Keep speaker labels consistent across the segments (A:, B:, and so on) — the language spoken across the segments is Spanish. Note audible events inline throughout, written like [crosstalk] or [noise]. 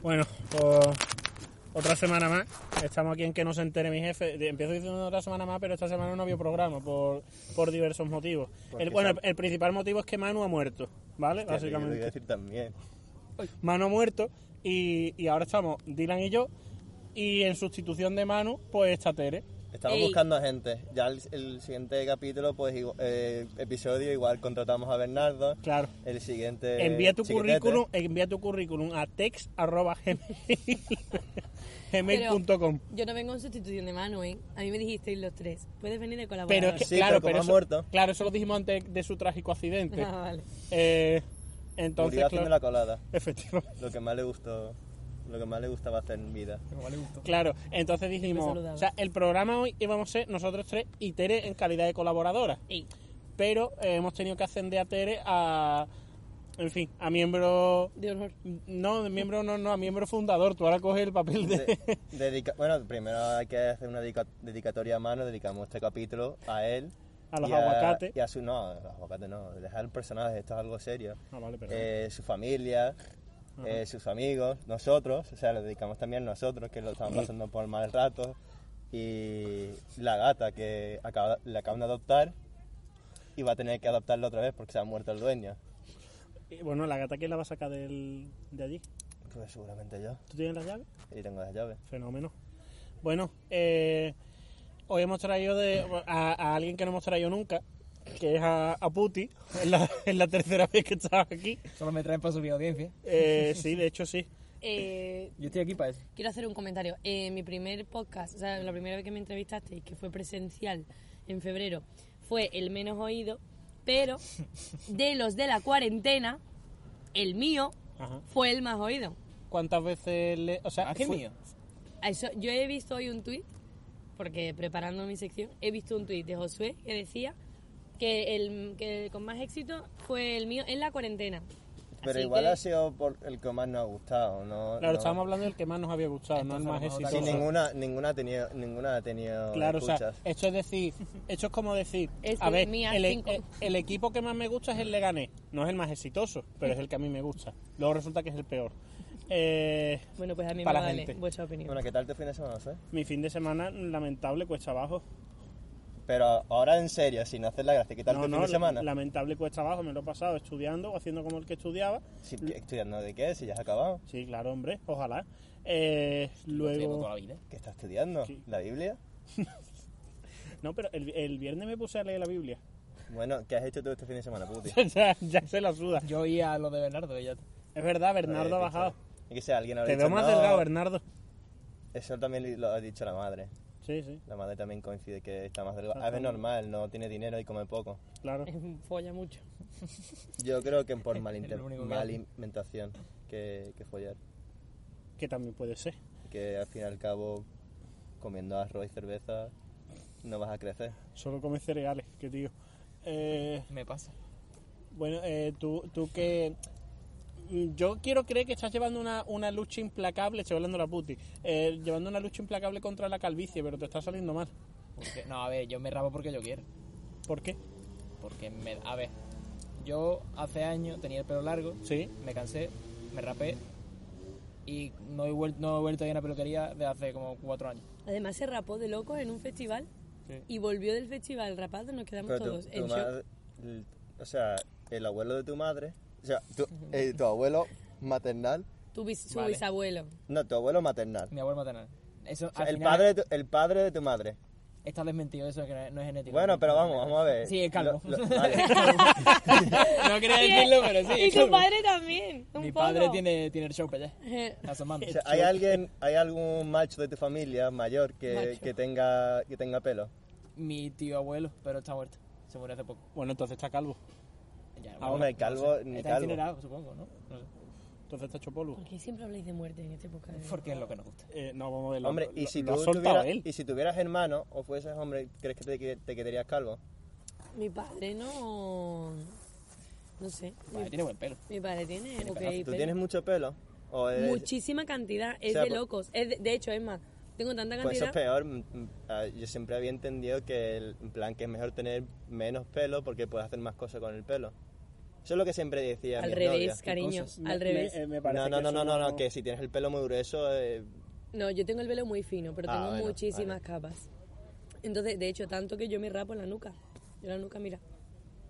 A: Bueno, pues otra semana más. Estamos aquí en que no se entere mi jefe. De- Empiezo diciendo otra semana más, pero esta semana no había programa por, por diversos motivos.
B: Pues
A: El, bueno, el, el principal motivo es que Manu ha muerto, ¿vale?
B: Básicamente.
A: Básicamente.
B: decir también.
A: Manu ha muerto y, y ahora estamos Dylan y yo. Y en sustitución de Manu, pues está Tere.
B: Estamos
C: Ey.
B: buscando a gente. Ya el, el siguiente capítulo, pues igual- eh, episodio, igual contratamos a Bernardo.
A: Claro.
B: El siguiente.
A: envía tu
B: Eh, chiquitete.
A: currículum, envía tu currículum a text@gmail.com.
C: Yo no vengo en sustitución de Manu, ¿eh? A mí me dijisteis los tres. Puedes venir de colaborador. [laughs]
A: Pero es que,
B: Sí,
A: claro,
B: pero como ha
A: eso,
B: muerto.
A: claro, eso lo dijimos antes de su trágico accidente.
C: Ah, vale.
A: Eh, entonces,
B: Murió haciendo
A: claro,
B: la colada.
A: efectivamente. [laughs]
B: Lo que más le gustó. Lo que más le gustaba hacer en vida.
A: Claro, entonces dijimos,
C: saludaba.
A: o sea, el programa hoy íbamos a ser nosotros tres y Tere en calidad de colaboradora,
C: Ey,
A: pero eh, hemos tenido que ascender a Tere a, en fin, a miembro,
C: de honor.
A: no, de miembro no, no, a miembro fundador, tú ahora coges el papel [laughs] de...
B: De- dedica- bueno, primero hay que hacer una dedica- dedicatoria a mano. Dedicamos este capítulo a él.
A: A los
B: y
A: aguacates.
B: Y a su. No, a los aguacates no. Dejar el personaje, esto es algo serio.
A: Ah, vale, perdón.
B: Eh, su familia, eh, sus amigos, nosotros, o sea, lo dedicamos también nosotros, que lo estamos pasando por mal rato, y la gata que acaba, le acaban de adoptar y va a tener que adoptarla otra vez porque se ha muerto el dueño.
A: Y Bueno, la gata que la va a sacar del, de allí,
B: Pues seguramente yo,
A: ¿tú tienes la llave?
B: y tengo las llaves.
A: Fenómeno. Bueno, eh, hoy hemos traído de, a, a alguien que no hemos traído nunca, que es a, a Puti. Es la, [laughs] es la tercera vez que estás aquí.
D: Solo me traen para subir audiencia.
A: Eh, sí, de hecho sí.
C: Eh,
D: Yo estoy aquí para eso.
C: quiero hacer un comentario. Eh, mi primer podcast, o sea, la primera vez que me entrevistasteis, que fue presencial en febrero, fue el menos oído, pero de los de la cuarentena, el mío
A: Ajá.
C: fue el más oído.
A: ¿Cuántas veces le.? O sea,
D: ¿Más que el
A: fue-
D: mío?
C: A eso- yo he visto hoy un tuit, porque preparando mi sección, he visto un tuit de Josué que decía que el que con más éxito fue el mío en la cuarentena.
B: Pero
C: Así
B: igual
C: que-
B: ha sido por el que más nos ha gustado, ¿no?
A: Claro,
B: no-
A: estábamos hablando del que más nos había gustado, no el más
D: Entonces,
B: Sí,
A: exitoso.
B: ninguna, ninguna ha tenido, ninguna ha tenido
A: Claro, o sea, eh,
B: escuchas.
A: esto es decir, esto es como decir,
C: Es
A: a
C: de
A: ver,
C: mía
A: el, e-
C: cinco.
A: el- el equipo que más me gusta es el Leganés, no es el más exitoso, pero es el que a mí me gusta. Luego resulta que es el peor. Eh,
C: Bueno, pues a mí
A: Para
C: me
A: la
C: vale
A: gente.
C: vuestra opinión.
B: Bueno, ¿qué tal tu fin de semana, José?
A: mi fin de semana lamentable cuesta abajo.
B: Pero ahora en serio, sin hacer la gracia, ¿qué tal
A: No,
B: tu fin
A: no,
B: de semana?
A: lamentable cuesta abajo, me lo he pasado estudiando o haciendo como el que estudiaba.
B: Si- ¿Estudiando de qué? Si ya has acabado.
A: Sí, claro, hombre, ojalá. Eh,
D: Llevo toda
A: luego...
D: la vida.
B: ¿Qué estás estudiando?
A: Sí.
B: ¿La Biblia?
A: No, pero el, el viernes me puse a leer la Biblia. [laughs]
B: Bueno, ¿qué has hecho tú este fin de semana, puti?
A: O sea, ya se la suda.
D: Yo oía a lo de Bernardo. Ya.
A: Es verdad, Bernardo ha
B: Eh,
A: bajado.
B: Y que sea, alguien habrá
A: Te
B: dicho,
A: veo más
B: "No".
A: delgado, Bernardo.
B: Eso también lo ha dicho la madre.
A: Sí, sí,
B: La madre también coincide que está más delgado. A ver, normal, no tiene dinero y come poco.
A: claro.
B: Eh.
C: Folla mucho.
B: Yo creo que
A: [laughs]
B: por mal
D: Es lo único que
B: mala
D: hace.
B: alimentación que, que follar.
A: Que también puede ser.
B: Que al fin y al cabo, comiendo arroz y cerveza, no vas a crecer.
A: Solo come cereales, que tío. Eh,
D: Me pasa.
A: bueno, eh, tú, tú que... Yo quiero creer que estás llevando una, una lucha implacable, estoy hablando de la puti, eh, llevando una lucha implacable contra la calvicie, pero te está saliendo mal.
D: Porque- no, a ver, yo me rabo porque yo quiero.
A: ¿Por qué?
D: Porque, me, a ver, yo hace años tenía el pelo largo,
A: Sí,
D: me cansé, me rapé y no he, vuel- no he vuelto a ir a una peluquería de hace como cuatro años.
C: Además se rapó de locos en un festival
D: Sí.
C: y volvió del festival rapado, nos quedamos
B: Pero tu,
C: todos en
B: tu
C: shock.
B: madre, o sea, el abuelo de tu madre, o sea, tu, eh, tu abuelo maternal,
C: Tu bis- su
D: Vale.
C: bisabuelo.
B: no, tu abuelo maternal.
D: Mi abuelo maternal. Eso,
B: O sea,
D: al
B: el,
D: final,
B: padre de tu- el padre de tu madre.
D: Está desmentido, eso que no es- no es genético.
B: Bueno, pero vamos, vamos a ver.
D: Sí, es calvo.
B: Lo- lo- vale.
D: No quería decirlo, pero sí.
C: y
D: es
C: su
D: calvo.
C: padre también. Un
D: Mi
C: poco.
D: padre tiene, tiene el show para allá,
C: Eh,
D: asomando.
B: O sea, ¿Hay alguien, hay algún macho de tu familia mayor que,
C: Macho.
B: que tenga que tenga pelo?
D: Mi tío abuelo, pero está muerto. Se murió hace poco.
A: bueno, entonces está calvo.
D: Ya,
B: Ah, hombre, calvo, ni
D: Está
B: calvo.
C: Eh,
D: incinerado, supongo, ¿no? No sé.
A: Entonces está hecho polvo.
C: ¿Por qué siempre habláis de muerte en este podcast?
D: Porque es lo que nos gusta.
A: Eh, no, vamos a verlo.
B: Hombre, y si, tú
A: lo ha soltado
B: tuvieras,
A: él.
B: y si tuvieras hermano o fueses hombre, ¿crees que te, te quedarías calvo?
C: Mi padre no... No sé.
D: Vale,
C: Mi-
D: tiene buen pelo.
C: Mi padre tiene,
B: ¿Tú
C: ok, pero-
B: tienes mucho pelo? ¿O eres-
C: muchísima cantidad, es
B: O sea,
C: de
B: pues-
C: locos. Es de, de hecho, es más, tengo tanta
B: Pues eso
C: cantidad.
B: es peor. Mm, mm, ah, Yo siempre había entendido que el en plan que es mejor tener menos pelo porque puedes hacer más cosas con el pelo. Eso es lo que siempre decía
C: al
B: mi
C: revés,
B: novia.
C: cariño,
A: Cosas. Me-
C: al revés.
A: me- eh, me parece
B: No, no,
A: que
B: no,
A: eso
B: no, no, no, que si tienes el pelo muy grueso, eh,
C: No, yo tengo el velo muy fino, pero
B: Ah,
C: tengo
B: bueno, vale.
C: muchísimas capas. Entonces, de hecho, tanto que yo me rapo en la nuca. Yo la nuca, mira,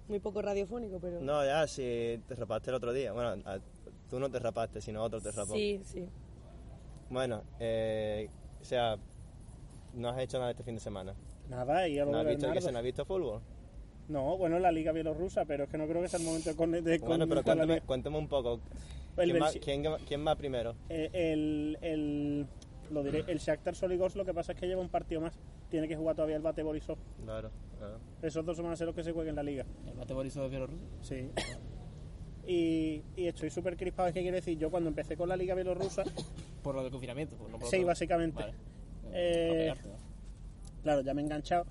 C: muy poco radiofónico, pero...
B: no, ya, si te rapaste el otro día. Bueno, ah, tú no te rapaste, sino otro te rapó.
C: sí, sí.
B: Bueno, eh, o sea, no has hecho nada este fin de semana.
A: Nada, y a lo
B: ¿No has
A: de
B: visto que
A: Bernardo.
B: se no ha visto fútbol?
A: No, bueno, la liga bielorrusa, pero es que no creo que sea el momento de con, de
B: Bueno,
A: con-
B: pero
A: con la Pues
B: cuéntame,
A: liga.
B: cuéntame un poco.
A: El
B: ¿Quién va,
A: Belchi-
B: quién va- quién va primero?
A: Eh, el, el, lo diré, el Shakhtar Soligos lo que pasa es que lleva un partido más. Tiene que jugar todavía el Bate Borisov.
B: Claro. ah.
A: Esos dos van a ser los que se jueguen en la liga.
D: El bate Borisov de Bielorrusia.
A: Sí. Y, y estoy súper crispado. Es que quiero decir, yo cuando empecé con la liga bielorrusa,
D: Por lo del confinamiento. por- no por
A: Sí,
D: otro-
A: básicamente.
D: Vale.
A: Eh,
D: Para pegarte, ¿no?
A: claro, ya me he enganchado.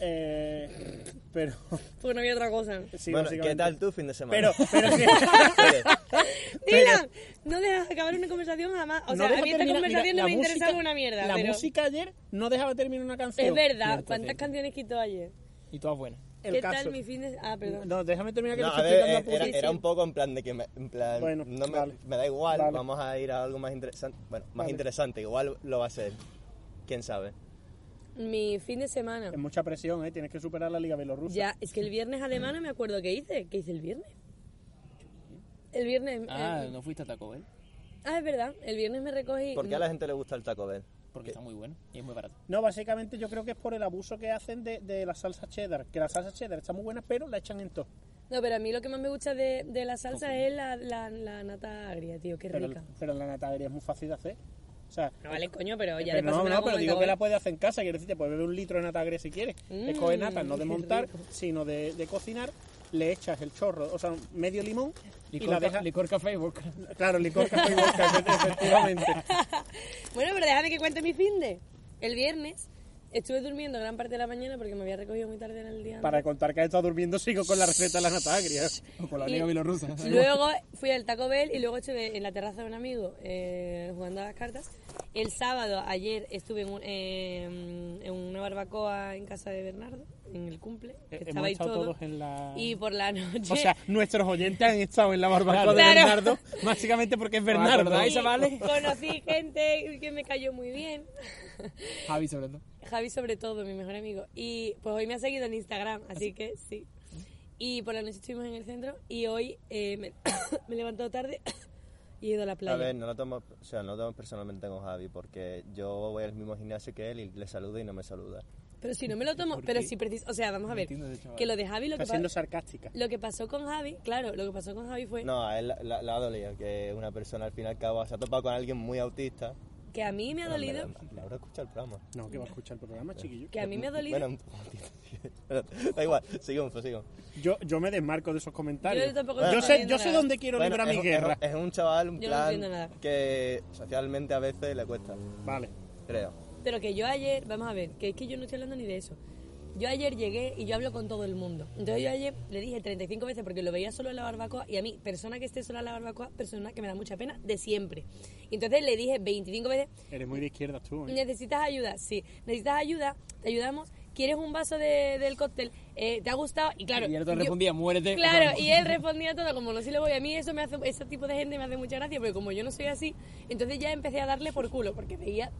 A: Eh, pero... [laughs]
C: Porque no había otra cosa.
A: Sí,
B: bueno, ¿qué
A: básicamente.
B: tal tu fin de semana?
A: Pero,
B: [laughs]
A: pero sí.
C: [laughs] Dylan, no dejas acabar una conversación jamás. O sea,
A: deja
C: a mí esta
A: terminar-
C: conversación
A: mira,
C: no
A: la
C: me
A: música-
C: interesaba una mierda.
A: La
C: pero
A: música ayer no dejaba terminar una canción.
C: Es verdad,
D: Cierto,
C: ¿cuántas
D: cierto.
C: canciones quitó ayer?
D: Y todas buenas.
A: El
C: ¿Qué
A: caso-
C: tal mi fin de Ah, perdón.
A: No, déjame terminar que
B: No,
A: te
B: a
A: estoy
B: ver,
A: explicando a
B: era,
A: Putin.
B: era un poco en plan de que me, en plan,
A: Bueno,
B: no me,
A: vale.
B: me da igual,
A: Vale.
B: vamos a ir a algo más interesante. Bueno, más
A: Vale.
B: interesante, igual lo va a ser. ¿Quién sabe?
C: Mi fin de semana.
A: Es mucha presión, ¿eh? Tienes que superar la Liga Bielorrusa.
C: Ya, es que el viernes además no me acuerdo qué hice. ¿Qué hice el viernes? El viernes. eh,
D: Ah, no fuiste a Taco Bell.
C: ah, es verdad. El viernes me recogí.
B: ¿Por qué a la gente le gusta el Taco Bell?
D: Porque está muy bueno y es muy barato.
A: No, básicamente yo creo que es por el abuso que hacen de, de la salsa cheddar. Que la salsa cheddar está muy buena, pero la echan en todo.
C: No, pero a mí lo que más me gusta de, de la salsa es la, la, la nata agria, tío. Qué
A: Pero,
C: rica.
A: pero la natadería es muy fácil de hacer. O sea,
C: No vale, coño, pero Pues ya
A: pero
C: de paso
A: no,
C: me la
A: no,
C: como
A: pero
C: en
A: digo
C: Taco
A: que la
C: Bell.
A: puedes hacer en casa. Quiero decir, te puedes beber un litro de nata agria si quieres. Te coges nata, no de
C: qué
A: montar,
C: rico.
A: sino de, de cocinar. Le echas el chorro, o sea, medio limón y
D: Licor,
A: la
D: ca-
A: dejas...
D: licor café y vodka.
A: Claro, licor, café y vodka,
C: [laughs]
A: efectivamente.
C: Bueno, pero déjame que cuente mi fin de. El viernes estuve durmiendo gran parte de la mañana porque me había recogido muy tarde en el día.
A: Para contar que has estado durmiendo, sigo con la receta de la nata agria.
D: O con la
C: Y-
D: liga
C: [laughs]
D: bielorrusa.
C: [laughs] Luego fui al Taco Bell y luego estuve en la terraza de un amigo eh, jugando a las cartas. El sábado, ayer, estuve en, un- eh, en una barbacoa en casa de Bernardo, en el cumple. que
A: Eh, Hemos
C: estabais
A: estado
C: todos.
A: todos en la-
C: Y por la noche.
A: O sea, nuestros oyentes han estado en la barbacoa de
C: Claro.
A: Bernardo, básicamente porque es Bernardo.
D: acordáis,
C: sí,
D: chavales?
C: Conocí gente que me cayó muy bien.
D: Javi, sobre todo.
C: Javi sobre todo, mi mejor amigo. Y pues hoy me ha seguido en Instagram, así que sí. Y por la noche estuvimos en el centro y hoy eh, me, [coughs] me he levantado tarde [coughs] y he ido a la playa.
B: A ver, no lo tomo, o sea, no lo tomo personalmente con Javi porque yo voy al mismo gimnasio que él y le saludo y no me saluda.
C: Pero si no me lo tomo, pero si preciso, o sea, vamos a ver,
D: entiendo ese chaval.
C: que lo de Javi, lo que,
A: Está siendo
C: pa-
A: sarcástica.
C: lo que pasó con Javi, claro, lo que pasó con Javi fue
B: No, a él la- la la ha dolido que una persona al fin y al cabo se ha topado con alguien muy autista.
C: que a mí me ha
B: Pero me
C: dolido,
B: la- me habrá escuchado el programa.
A: No, que va a escuchar el programa, chiquillo.
C: que a mí me ha dolido,
B: Bueno, un poco autista, [laughs] sí. da igual, sigamos, pues, sigamos.
A: Yo, yo me desmarco de esos comentarios.
C: Yo tampoco
A: Yo
C: estoy
A: sé,
C: viendo
A: yo sé
C: nada.
A: dónde quiero
B: Bueno, eh,
A: librar
B: es,
A: mi
B: un-
A: guerra.
B: es un chaval, un
C: Yo no
B: plan
C: entiendo nada.
B: que socialmente a veces le cuesta,
A: Vale.
B: creo.
C: pero que yo ayer, vamos a ver, que es que yo no estoy hablando ni de eso. Yo ayer llegué y yo hablo con todo el mundo. Entonces yo ayer le dije 35 veces porque lo veía solo en la barbacoa y a mí, persona que esté sola en la barbacoa, persona que me da mucha pena de siempre. Entonces le dije 25 veces,
A: Eres muy de izquierda tú. ¿eh?
C: ¿Necesitas ayuda? Sí. ¿Necesitas ayuda? Te ayudamos. ¿Quieres un vaso de- del cóctel? Eh, ¿Te ha gustado? Y claro.
D: Y él te
C: yo-
D: respondía, "Muérete".
C: Claro, y él respondía todo como no si le voy. A mí eso me hace, ese tipo de gente me hace mucha gracia, porque como yo no soy así, entonces ya empecé a darle por culo, porque veía,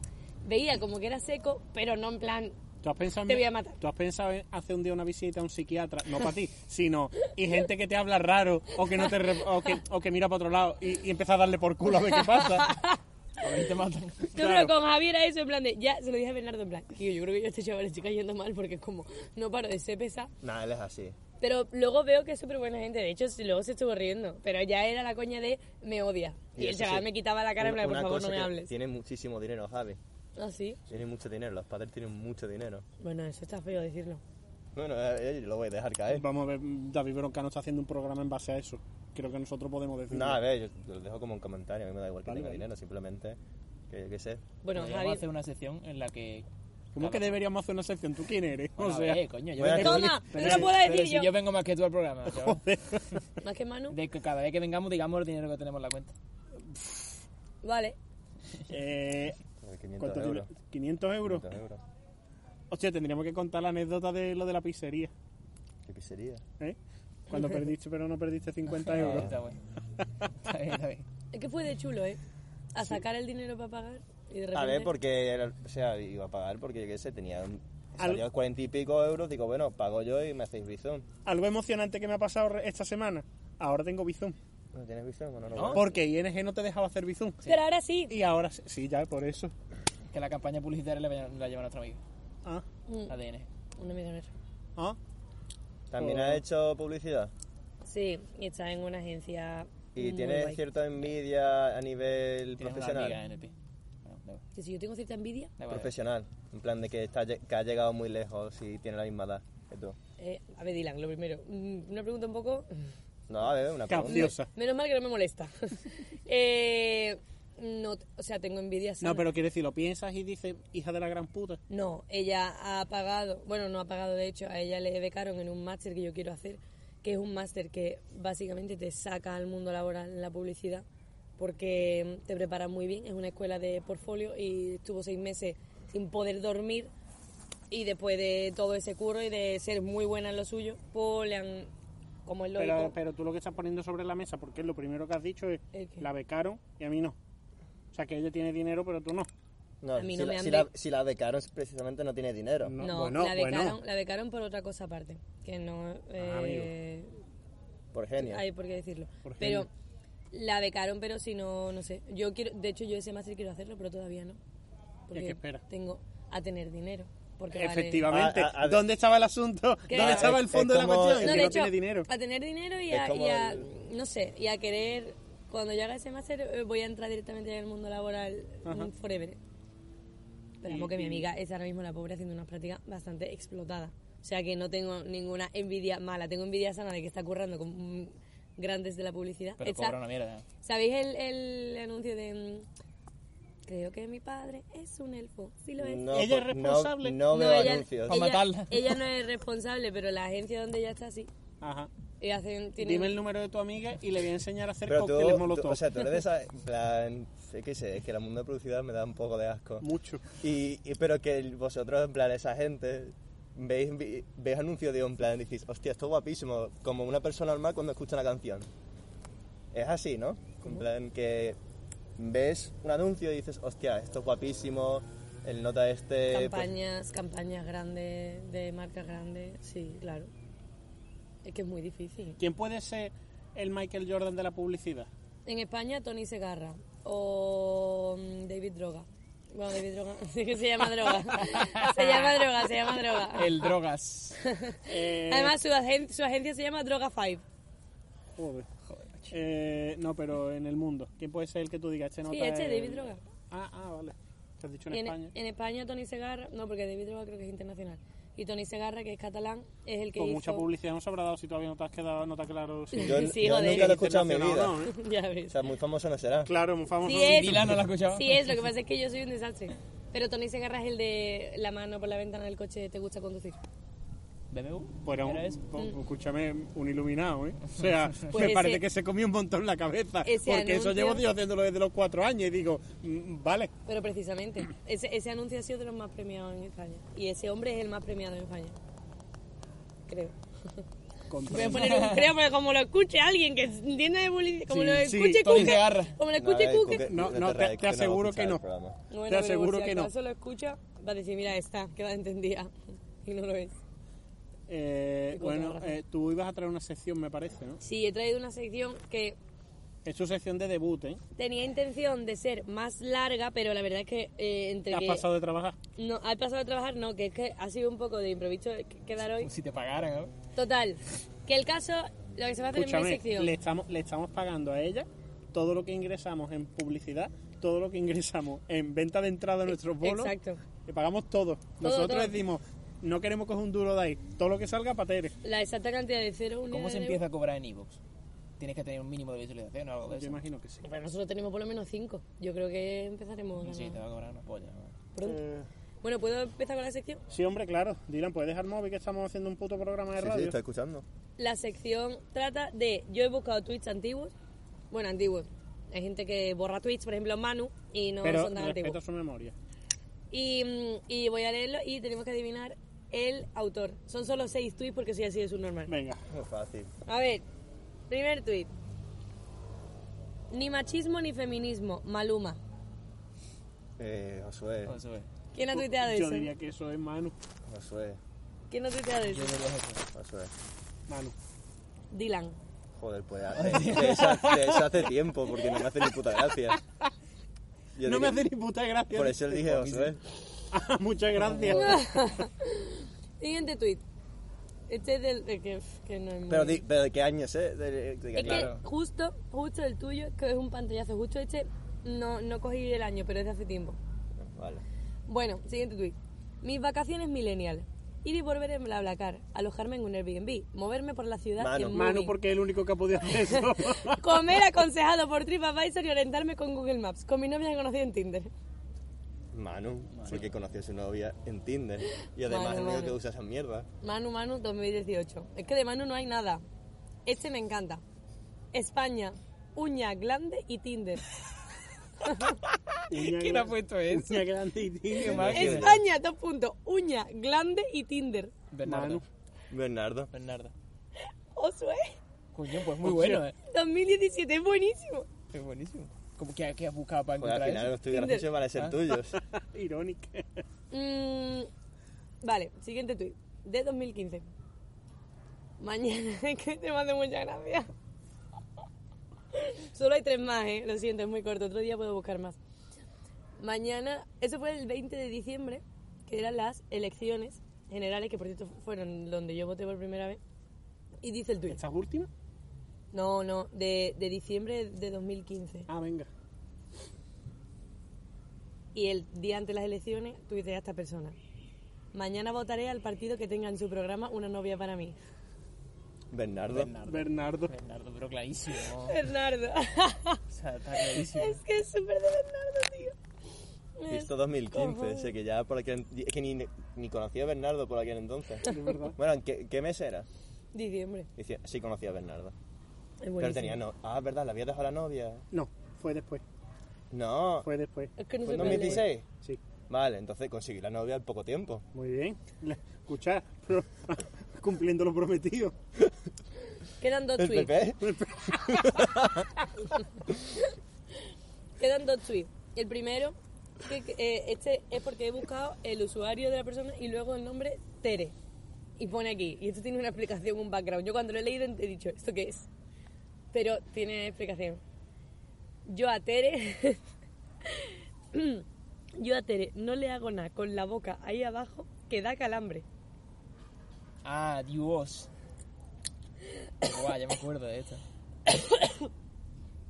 C: veía como que era seco, pero no en plan.
A: ¿Tú has pensado en-
C: Te voy a matar.
A: ¿Tú has pensado en hacer un día una visita a un psiquiatra? No para ti, sino... Y gente que te habla raro o que, no te, re- o que, o que mira para otro lado y, y empieza a darle por culo a ver qué
C: [laughs]
A: pasa.
D: A ver, te matan.
C: No,
A: Claro.
C: pero con Javier era eso, en plan de. Ya se lo dije a Bernardo, en plan. Tío, yo creo que yo a este chaval le estoy cayendo mal, porque como no paro de ser pesado.
B: Nada, él es así.
C: Pero luego veo que es súper buena gente. De hecho, sí, luego se estuvo riendo. Pero ya era la coña de me odia. Y,
B: Y
C: el
B: eso
C: chaval
B: sí,
C: me quitaba la cara en
B: Una-
C: plan, por
B: una
C: favor,
B: cosa
C: no me
B: que
C: hables.
B: Tiene muchísimo dinero, Javi.
C: ¿Ah, sí?
B: Tiene mucho dinero, los padres tienen mucho dinero.
C: Bueno, eso está feo decirlo.
B: Bueno, eh, eh, yo lo voy a dejar caer.
A: Vamos a ver, David Broncano está haciendo un programa en base a eso. creo que nosotros podemos decir.
B: No, a ver, yo yo lo dejo como un comentario, a mí me da igual que
D: Vale,
B: tenga
D: vale.
B: dinero, simplemente que yo qué sé.
C: Bueno,
D: Podríamos
C: Javi.
D: hacer una sección en la que.
A: ¿Cómo que deberíamos hacer una sección? ¿Tú quién eres?
D: Bueno,
A: o
D: a
A: sea, [laughs]
D: ver, coño, yo
B: Bueno,
D: vengo-
C: Toma,
D: pero
C: no lo
D: si-
C: puedo
D: pero
C: decir
D: si
C: yo.
D: yo vengo más que tú al programa, chaval.
C: Más que Manu.
D: De que cada vez que vengamos digamos el dinero que tenemos en la cuenta.
C: Vale.
A: eh,
B: eh, 500
A: ¿cuánto
B: euros.
A: tiene? 500 euros.
B: 500 euros.
A: Hostia, tendríamos que contar la anécdota de lo de la pizzería.
B: ¿Qué pizzería?
A: ¿eh? Cuando perdiste, pero no perdiste
D: [laughs]
A: 50
D: Ahí
A: euros.
D: Está bueno. Está bien, está bien.
C: Es que fue de chulo, ¿eh? A sacar el dinero para pagar y de repente...
B: A ver, porque, era- o sea, iba a pagar porque yo qué sé, tenía un-
A: Al-
B: salió 40 y pico euros, digo, bueno, pago yo y me hacéis bizum.
A: Algo emocionante que me ha pasado re- esta semana. Ahora tengo Bizum.
B: ¿No tienes bizum o no? lo pagas?
A: Porque ING no te dejaba hacer Bizum.
C: Pero ahora sí.
A: Y ahora sí- sí, ya por eso.
D: Que la campaña publicitaria la, la lleva nuestro amigo,
A: Ah,
C: Mm,
D: ADN.
C: Un amigo nuestro.
A: ah.
B: También
C: Oh.
B: ha hecho publicidad.
C: Sí, y está en una agencia
B: Y
C: muy
B: tiene
C: guay.
B: cierta envidia a nivel
D: Tienes una
B: profesional.
D: amiga eh, en el pie. Bueno, da igual,
C: Que si yo tengo cierta envidia,
D: da igual.
B: profesional. En plan de que, está, lle- que ha llegado muy lejos y tiene la misma edad que tú.
C: eh, a ver, Dylan, lo primero, mm, una pregunta un poco...
B: No, a ver, una pregunta.
A: Capciosa.
C: Menos mal que no me molesta. [laughs] eh, no, o sea, tengo envidia sana.
A: No, pero quiere decir, lo piensas y dices, hija de la gran puta.
C: No, ella ha pagado, bueno, no ha pagado de hecho, a ella le becaron en un máster que yo quiero hacer, que es un máster que básicamente te saca al mundo laboral en la publicidad, porque te prepara muy bien, es una escuela de portfolio y estuvo seis meses sin poder dormir y después de todo ese curro y de ser muy buena en lo suyo, pues le han, como es lógico,
A: Pero, pero tú lo que estás poniendo sobre la mesa, porque lo primero que has dicho es,
C: ¿El qué?
A: la becaron y a mí no. O sea, que ella tiene dinero, pero tú no.
B: No,
C: A mí no
B: si,
C: me
B: la,
C: han
B: si, la,
C: be-
B: si la becaron precisamente no tiene dinero.
A: No.
C: no,
A: bueno,
C: la,
A: bueno. Ah,
C: becaron, la becaron por otra cosa aparte, que no... eh,
B: Por genio.
C: hay por qué decirlo.
A: Por
C: pero
A: genio.
C: la becaron, pero si no, no sé. Yo quiero, de hecho, yo ese máster quiero hacerlo, pero todavía no. Porque
A: qué espera?
C: tengo a tener dinero. Porque vale-
A: Efectivamente.
B: A- a- a-
A: ¿Dónde estaba el asunto?
C: ¿Qué?
A: ¿Dónde estaba el
B: Es-
A: fondo
B: es
A: de la
B: como-
A: cuestión?
B: es
C: No,
A: que
C: de
A: no
C: hecho,
A: tiene dinero.
C: a tener dinero y
B: Es
C: a,
B: como
C: y a-
B: el-
C: no sé, y a querer, cuando yo haga ese máster, eh, voy a entrar directamente en el mundo laboral mm,
A: Ajá.
C: forever. Esperamos que mi amiga es ahora mismo la pobre haciendo unas prácticas bastante explotadas. O sea que no tengo ninguna envidia mala, tengo envidia sana de que está currando con mm, grandes de la publicidad.
D: Pero
C: Está-
D: cobra una mierda.
C: ¿Sabéis el, el anuncio de... mm, Creo que mi padre es un elfo. Sí lo es.
B: No,
A: ¿Ella es
B: por- no-
A: responsable?
B: No,
C: No,
B: veo
C: ella,
B: anuncios.
D: Pa'
C: ella-
D: matarla.
C: ella no es responsable, pero la agencia donde ella está sí.
A: Ajá.
C: Y hacen... tienen-
A: Dime el eh, número de tu amiga y le voy a enseñar a hacer
B: Pero tú,
A: cócteles
B: tú-
A: molotov.
B: o sea, tú eres
C: [laughs]
B: de esa, en plan, sé que sé, es que el mundo de publicidad me da un poco de asco.
A: Mucho.
B: Y, y- pero que el- vosotros, en plan, esa gente, veis, vi- veis anuncios de un plan y decís, hostia, esto es guapísimo, como una persona normal cuando escucha una canción. Es así, ¿no? En plan, que ves un anuncio y dices, hostia, esto es guapísimo, el nota este... pues,
C: Campañas, campañas grandes, de marcas grandes. Sí, claro. Es que es muy difícil.
A: ¿Quién puede ser el Michael Jordan de la publicidad?
C: En España, Tony Segarra o mm, David Droga. Bueno, David Droga, [laughs] sí que se llama
A: [laughs]
C: Droga. Se llama Droga, se llama Droga.
D: El drogas.
A: Eh,
C: Además, su, agen- su agencia se llama Droga Five.
A: joder. Eh, no, pero en el mundo. ¿Quién puede ser el que tú digas? Este nota
C: Sí, este
A: es-
C: David Droga.
A: Ah, ah, vale. Te has dicho en
C: Y en,
A: España.
C: en España Tony Segarra, no, porque David Droga creo que es internacional. Y Tony Segarra, que es catalán, es el que
A: Con
C: hizo...
A: mucha publicidad no se habrá dado si todavía no te has quedado, no te has claro. Si
B: Yo,
C: [laughs] Sí,
B: yo
C: joder.
B: nunca lo he escuchado en mi vida.
A: Internacional o no, ¿eh?
C: [laughs] ya
B: O
C: ves.
B: sea, muy famoso no será.
A: Claro, muy famoso.
C: Sí es,
D: Dylan no lo ha escuchado.
C: sí es, lo que pasa es que yo soy un desastre. Pero Tony Segarra es el de la mano por la ventana del coche, te gusta conducir.
D: BMW.
A: Bueno,
D: ¿Era eso?
A: po- escúchame, un iluminado, ¿eh? O sea,
C: Mm. [laughs] Pues
A: me parece
C: ese-
A: que se comió un montón la cabeza. Porque
C: ese
A: eso
C: anuncio-
A: llevo yo haciéndolo desde los cuatro años y digo, mm, vale.
C: Pero precisamente, ese, ese anuncio ha sido de los más premiados en España. Y ese hombre es el más premiado en España. Creo. Voy a
A: comprendo.
C: poner
A: [laughs]
C: un creo, porque como lo escuche alguien que entienda de publicidad, como
A: Sí,
C: lo
A: sí,
C: escuche
D: Tony
C: Cuca,
D: Segarra.
C: como lo
B: No, a
C: escuche
B: ver,
C: Cuca,
B: Cuque-
A: No,
B: vete
A: no,
B: a
A: te-
B: raíz,
A: te
B: Cuque va a
A: aseguro
B: escuchar
A: que
B: el
A: no.
B: programa.
C: Bueno,
A: Te
C: pero
A: aseguro
C: si
A: que no.
C: acaso lo escucha, va a decir, mira, está, que la entendía. [laughs] Y no lo es.
A: Eh,
C: Y con
A: bueno,
C: toda razón.
A: eh, tú ibas a traer una sección, me parece, ¿no?
C: Sí, he traído una sección que
A: Es tu sección de debut, ¿eh?
C: tenía intención de ser más larga, pero la verdad es que eh,
A: Te
C: entre
A: has
C: que...
A: pasado de trabajar.
C: No, has pasado de trabajar, no, que es que ha sido un poco de improviso que- quedar hoy.
D: Si te pagaran, ¿eh?
C: Total, que el caso, lo que se va a hacer en Ah, mi
A: Escúchame,
C: sección...
A: le estamos, le estamos pagando a ella todo lo que ingresamos en publicidad, todo lo que ingresamos en venta de entrada de nuestros bolos.
C: Exacto.
A: Le pagamos todo. Nosotros
C: todo.
A: decimos, no queremos coger un duro de ahí. Todo lo que salga, para Tere.
C: La exacta cantidad de cero unidades
D: ¿Cómo se
C: de-
D: empieza a cobrar en Evox? tienes que tener un mínimo de visualización o algo de
A: Pues Yo
D: eso.
A: imagino que sí.
C: Pero nosotros tenemos por lo menos cinco. Yo creo que empezaremos a ganar
D: Sí, te va a cobrar una polla.
C: pronto. Bueno, ¿puedo empezar con la sección?
A: Eh, Sí, hombre, claro. Dylan, ¿puedes dejar móvil que estamos haciendo un puto programa de
B: Sí, sí,
A: radio?
B: estoy escuchando.
C: La sección trata de. Yo he buscado tweets antiguos. Bueno, antiguos. Hay gente que borra tweets, por ejemplo, Manu, y no
A: Pero
C: son tan
A: respeto
C: antiguos.
A: su memoria.
C: Y, mm, y voy a leerlo y tenemos que adivinar el autor. Son solo seis tweets porque soy así de subnormal.
A: Venga.
B: Muy fácil.
C: A ver, primer tweet. Ni machismo ni feminismo, Maluma.
B: Eh, Josué,
D: Eso es.
C: ¿Quién ha tuiteado
A: Yo
C: eso?
A: diría que eso es Manu.
B: Josué,
C: ¿Quién ha tuiteado
D: Yo
C: eso?
D: diría eso.
B: Josué.
A: Manu.
C: Dylan.
B: Joder,
A: [laughs]
B: pues eh, de eso, de eso hace tiempo, porque no me hace ni puta gracia. Yo
A: no me
B: diría-
A: hace ni puta gracia.
B: Por eso le dije Josué.
A: Ah, Muchas gracias.
C: Siguiente tweet. Este es del de que, que no es muy-
B: Pero, di- pero ¿de qué año es? eh? De- de- de-
C: Es
B: claro.
C: que justo, justo el tuyo, que es un pantallazo, justo este, no, no cogí el año, pero es de hace tiempo.
B: Vale.
C: Bueno, siguiente tweet. Mis vacaciones millennial. Ir y volver en BlaBlaCar, alojarme en un Airbnb, moverme por la ciudad
B: Manu.
C: en
A: Manu,
C: moving.
A: porque es el único que ha podido hacer [laughs] eso.
C: Comer aconsejado por TripAdvisor y orientarme con Google Maps. Con mi novia que conocí en Tinder.
B: Manu, porque conoció a su novia en Tinder. Y además
C: Manu,
B: el único
C: Manu.
B: que usa esa mierda.
C: Manu Manu 2018. Es que de Manu no hay nada. Este me encanta. España, uña grande y Tinder.
D: ¿Quién ha puesto eso?
A: [laughs] Uña grande y
D: Qué
A: tío.
D: máquina.
C: España, dos puntos. Uña grande y Tinder.
D: Bernardo.
A: Manu.
B: Bernardo.
D: Bernardo.
C: Josué,
D: Coño, pues muy bueno, eh.
C: 2017, es buenísimo.
D: Es buenísimo. ¿Cómo que, que has buscado para
B: Pues al
D: encontrar
B: final
D: eso?
B: los tuyos graciosos van a
A: Ah.
B: ser tuyos.
A: [laughs] Irónico.
C: Mm, vale, siguiente tuit. De 2015. Mañana, [laughs] es que te mando muchas gracias. Solo hay tres más, ¿eh? Lo siento, es muy corto. Otro día puedo buscar más. Mañana, eso fue el 20 de diciembre, que eran las elecciones generales, que por cierto fueron donde yo voté por primera vez. Y dice el tuit.
A: ¿Estás última?
C: No, no, de, de diciembre de 2015.
A: Ah, venga.
C: Y el día antes de las elecciones tuitea a esta persona. Mañana votaré al partido que tenga en su programa una novia para mí.
B: Bernardo.
A: Bernardo.
D: Bernardo, pero clarísimo. O
C: [laughs] Bernardo.
D: sea, está clarísimo.
C: es que es súper de Bernardo, tío.
B: Visto
C: cojones.
B: 2015, sé que ya por aquel... Es que ni, ni conocía a Bernardo por aquel entonces.
A: verdad.
B: Bueno, ¿en ¿qué, qué mes era?
C: Diciembre.
B: Dice, sí conocía a Bernardo.
C: Es buenísimo.
B: Pero tenía no... Ah, ¿verdad? ¿La había dejado la novia?
A: No, fue después.
B: No. ¿Fue
A: Fue después.
C: Es que no
B: en
C: se puede leer.
B: 2016?
A: Sí.
B: Vale, entonces conseguí la novia al poco tiempo.
A: Muy bien. La- Escuchad, pro- [laughs] cumpliendo lo prometido.
C: Quedan dos
B: ¿El
C: tweets.
B: PP?
C: Quedan dos tweets. El primero, que, que, eh, este es porque he buscado el usuario de la persona y luego el nombre Tere. Y pone aquí. Y esto tiene una explicación, un background. Yo cuando lo he leído he dicho, ¿esto qué es? Pero tiene explicación. Yo a Tere. [laughs] Yo a Tere no le hago nada con la boca ahí abajo que da calambre.
D: Ah, Dios. Guau, ya me acuerdo de esto.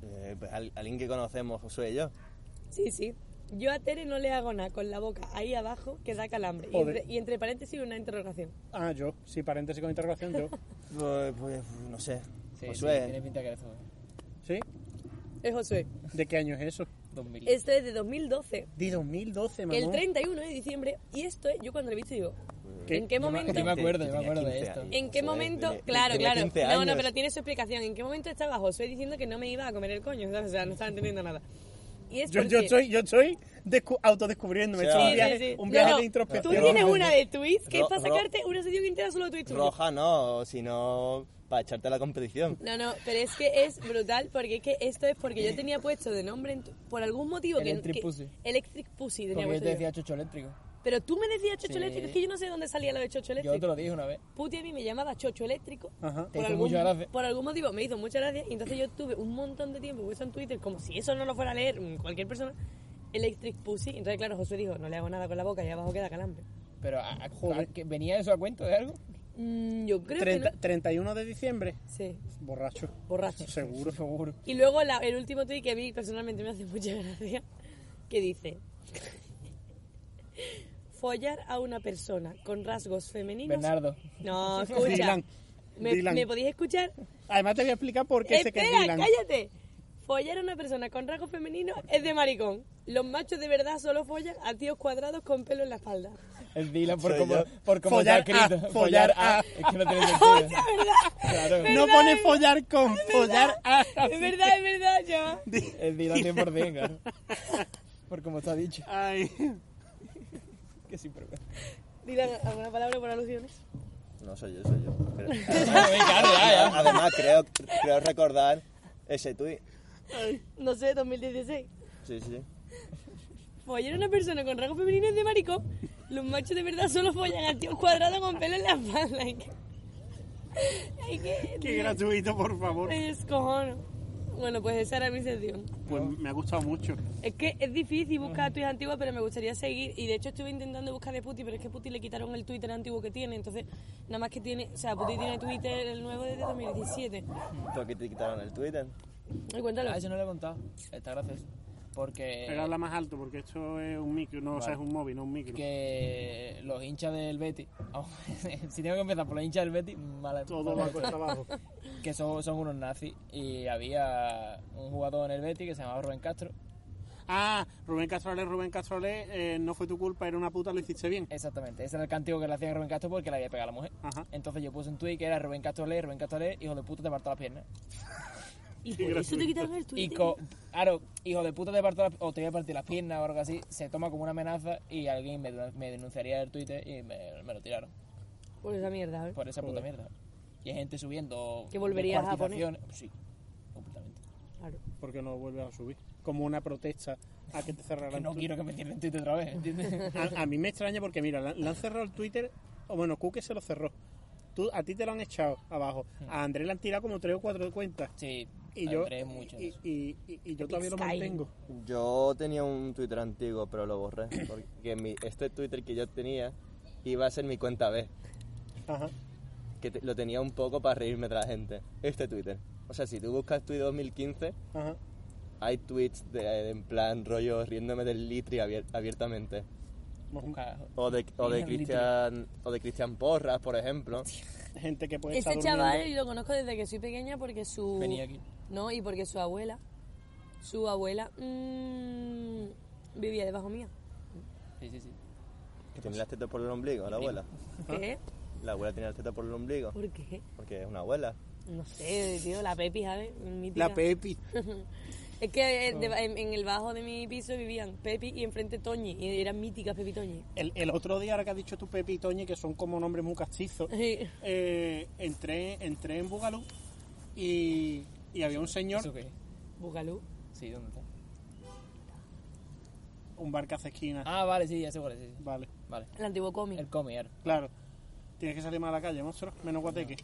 B: Eh, pues al- alguien que conocemos, Josué y yo.
C: Sí, sí. Yo a Tere no le hago nada con la boca ahí abajo que da calambre. Y
A: Joder.
C: entre, y entre paréntesis una interrogación.
A: Ah, yo. Sí, paréntesis con interrogación, yo.
B: Pues, pues, no sé.
D: Sí,
B: Pues
D: sí, tiene
B: Josué.
D: pinta que era eso. eh.
A: ¿Sí?
C: Es Josué.
A: ¿De qué año es eso?
D: 2000.
C: Esto es de 2012.
A: De 2012, mamón.
C: El 31 de diciembre. Y esto es, yo cuando lo he visto digo,
A: ¿Qué?
C: ¿en qué momento?
D: yo me acuerdo,
B: Tenía
D: yo me acuerdo de
B: 15
D: esto.
B: años.
C: ¿En qué
B: Joder,
C: momento?
B: tenía-
C: claro,
B: tenía
C: claro.
B: 15
C: No, no,
B: años.
C: pero tiene su explicación. ¿En qué momento estaba Josué diciendo que no me iba a comer el coño? ¿sabes? O sea, no estaba entendiendo nada. Y es
A: Yo, yo
C: porque-
A: estoy, yo estoy descu- autodescubriéndome.
B: Sí,
A: He hecho un
B: sí,
A: viaje,
C: sí, sí.
A: un
C: No,
A: viaje
C: no,
A: de
C: Tú
A: introspección.
C: tienes una de tweets que es
B: Ro-
C: para
B: ro-
C: sacarte una sesión entera solo de tweets. tuyos.
B: Roja no, sino para echarte a la competición.
C: No, no, pero es que es brutal porque es que esto es porque yo tenía puesto de nombre en tu- por algún motivo que-
D: Electric
C: que,
D: Pussy.
C: Electric Pussy tenía
D: Porque yo
C: puesto
D: te
C: yo.
D: decía chocho eléctrico.
C: Pero tú me decías Chocho
D: Sí.
C: Eléctrico, es que yo no sé de dónde salía lo de Chocho
D: Yo te
C: Eléctrico.
D: lo dije una vez.
C: Puti a mí me llamaba Chocho Eléctrico.
A: Ajá. Pues,
D: Te hizo mucha gracia.
C: por algún motivo me hizo muchas gracias y entonces yo tuve un montón de tiempo puesto en Twitter, como si eso no lo fuera a leer mm, cualquier persona, Electric Pussy. Entonces, claro, Josué dijo, no le hago nada con la boca y abajo queda calambre.
D: Pero, a- a- a- que ¿venía eso a cuento de algo?
C: Mm, yo creo
A: Treinta-
C: que no.
A: 31 de diciembre.
C: Sí,
A: Borracho.
C: borracho.
A: Seguro.
D: Seguro.
C: Y luego la- el último tweet que a mí personalmente me hace mucha gracia, que dice, follar a una persona con rasgos femeninos...
D: Bernardo.
C: No, escucha.
A: Dylan.
C: ¿Me,
A: Dylan.
C: ¿me podéis escuchar?
A: Además te voy a explicar por qué sé que es
C: Espera,
A: Dylan.
C: cállate. Follar a una persona con rasgos femeninos es de maricón. Los machos de verdad solo follan a tíos cuadrados con pelo en la espalda.
D: El Dylan por
B: Soy
D: como,
B: yo.
D: por como
A: Follar
D: está escrito.
A: a, follar a.
D: Es que no tiene
A: [laughs]
C: ¡Oh, sí,
D: sentido.
C: [laughs] es verdad!
D: Claro.
A: No
C: ¿Verdad?
A: pone follar con, follar a.
C: Es verdad, es verdad, ya.
D: El Dylan 100%, claro. Por como está dicho.
A: Ay. [laughs]
D: Que sí, pero... Bueno,
C: Dylan, ¿alguna palabra por alusiones?
B: No soy yo, soy yo.
D: [laughs]
B: creo.
D: claro, ya, ya.
B: Además, creo, creo recordar ese tuit.
C: No sé, 2016.
B: Sí, sí.
C: Follar a una persona con rasgos femeninos es de maricón. Los machos de verdad solo follan a tíos cuadrados con pelo en la espalda. Hay que... Hay que...
A: Qué gratuito, por favor.
C: Me descojono. Bueno, pues esa era mi sección.
A: Pues me ha gustado mucho.
C: Es que es difícil buscar tweets antiguos, pero me gustaría seguir. Y de hecho estuve intentando buscar de Puti, pero es que Puti le quitaron el Twitter antiguo que tiene. Entonces, nada más que tiene... O sea, Puti tiene Twitter el nuevo desde 2017.
B: Porque te quitaron el Twitter.
C: Ay, cuéntalo.
D: Ah, eso no lo he contado. Está gracioso. Porque...
A: Pero habla más alto porque esto es un micro, no, o sea, es un móvil, no un micro.
D: que los hinchas del Betis, vamos, [laughs] si tengo que empezar por los hinchas del Betis, mala,
A: Todo pues.
D: mala
A: va cuesta abajo.
D: que son, son unos nazis. Y había un jugador en el Betis que se llamaba Rubén Castro.
A: Ah, Rubén Castrolé, Rubén Castrolé, eh, no fue tu culpa, era una puta, lo hiciste bien.
D: Eh, Exactamente, ese era el cantigo que le hacían a Rubén Castro porque le había pegado a la mujer.
A: Ajá.
D: Entonces yo puse un tuit que era Rubén Castro le, Rubén Castro le, hijo de puta te parto las piernas.
C: Y
A: Qué
C: por eso
A: gratuito.
C: te quitaron el
D: Y
C: Twitter.
D: co- claro, hijo de puta te parto las- o te voy a partir las piernas o algo así, se toma como una amenaza y alguien me, me denunciaría del Twitter y me, me lo tiraron.
C: Por esa mierda, ¿eh?
D: Por esa puta mierda. Y hay gente subiendo.
C: Que volverías a
D: descuartizaciones. Sí, completamente.
C: Claro.
A: Porque no vuelves a subir. Como una protesta a que te
D: Que
A: cerraran.
D: no
A: tu-
D: quiero que me cierren Twitter otra vez, ¿entiendes? [laughs]
A: A, a mí me extraña porque, mira, le han- le han cerrado el Twitter, o bueno, Cuque se lo cerró. Tú, a ti te lo han echado abajo. A Andrés le han tirado como tres o cuatro cuentas.
D: Sí,
A: Y yo,
D: Andrés mucho. en
A: y,
D: eso.
A: y- y- y yo todavía lo
C: Sky.
A: mantengo.
B: Yo tenía un Twitter antiguo, pero lo borré. Porque mi, este Twitter que yo tenía iba a ser mi cuenta B.
A: Ajá.
B: Que te- lo tenía un poco para reírme de la gente. Este Twitter. O sea, si tú buscas Twitter 2015,
A: Ajá.
B: hay tweets de, de- en plan rollo riéndome del litri abier- abiertamente.
D: Busca-
B: O de, o de
D: Del litri.
B: Cristian o de Cristian Porras, por ejemplo.
A: Gente que puede
C: Ese
A: estar
C: chaval
A: durmiendo.
C: lo conozco desde que soy pequeña porque su...
D: Venía aquí.
C: No, y porque su abuela... Su abuela... mm, vivía debajo mía.
D: Sí, sí, sí.
B: Que tiene las tetas por el ombligo, la abuela.
C: ¿Qué?
B: La abuela tiene las tetas por el ombligo.
C: ¿Por qué?
B: Porque es una abuela.
C: No sé, tío, la Pepi, ¿sabes? Mítica.
A: La Pepi.
C: Es que eh, de-
A: Ah.
C: en, en el bajo de mi piso vivían Pepi y enfrente Toñi, y eran míticas Pepi y Toñi.
A: El, el otro día, ahora que has dicho tu Pepi y Toñi, que son como nombres muy castizos,
C: Sí.
A: eh, entré, entré en Bugalú y, y había un señor,
D: ¿Eso qué?
C: Bugalú.
D: Sí, ¿dónde está?
A: un bar que hace esquina.
D: Ah, vale, sí, ya sé cuál es. sí, sí.
A: Vale,
D: Vale.
C: El antiguo cómic. [laughs]
D: El cómic, ahora.
A: claro. Tienes que salir más a la calle, monstruo, menos guateque.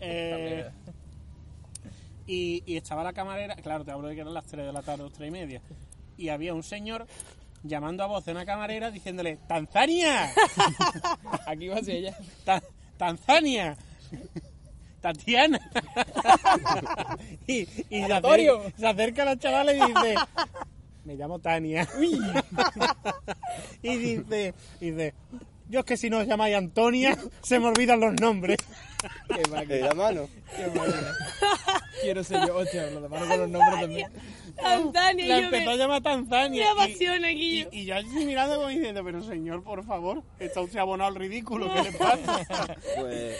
A: Eh, y, y estaba la camarera, claro, te hablo de que eran las 3 de la tarde, o 3 y media. Y había un señor llamando a voz de una camarera diciéndole, ¡Tanzania!
D: [laughs] Aquí va a ser ella.
A: Ta- Tanzania,
D: [laughs]
A: Tatiana. y y se,
D: Anatorio.
A: acerca, se acerca la chavala y dice, me llamo Tania. [laughs] y dice, y dice, yo es que si no os llamáis Antonia, se me olvidan los nombres.
D: Qué
B: [laughs] ¿Y
D: máquina,
B: la mano?
D: qué máquina. Quiero ser yo. Hostia, lo demás con los nombres también.
C: Tanzania,
A: La
C: yo me,
A: empezó a llamar Tanzania.
C: me
A: y-
C: apasiona,
A: Y,
C: Guillo.
A: y yo así mirando como diciendo, pero señor, por favor, está usted abonado al ridículo, ¿qué le pasa?
B: Pues,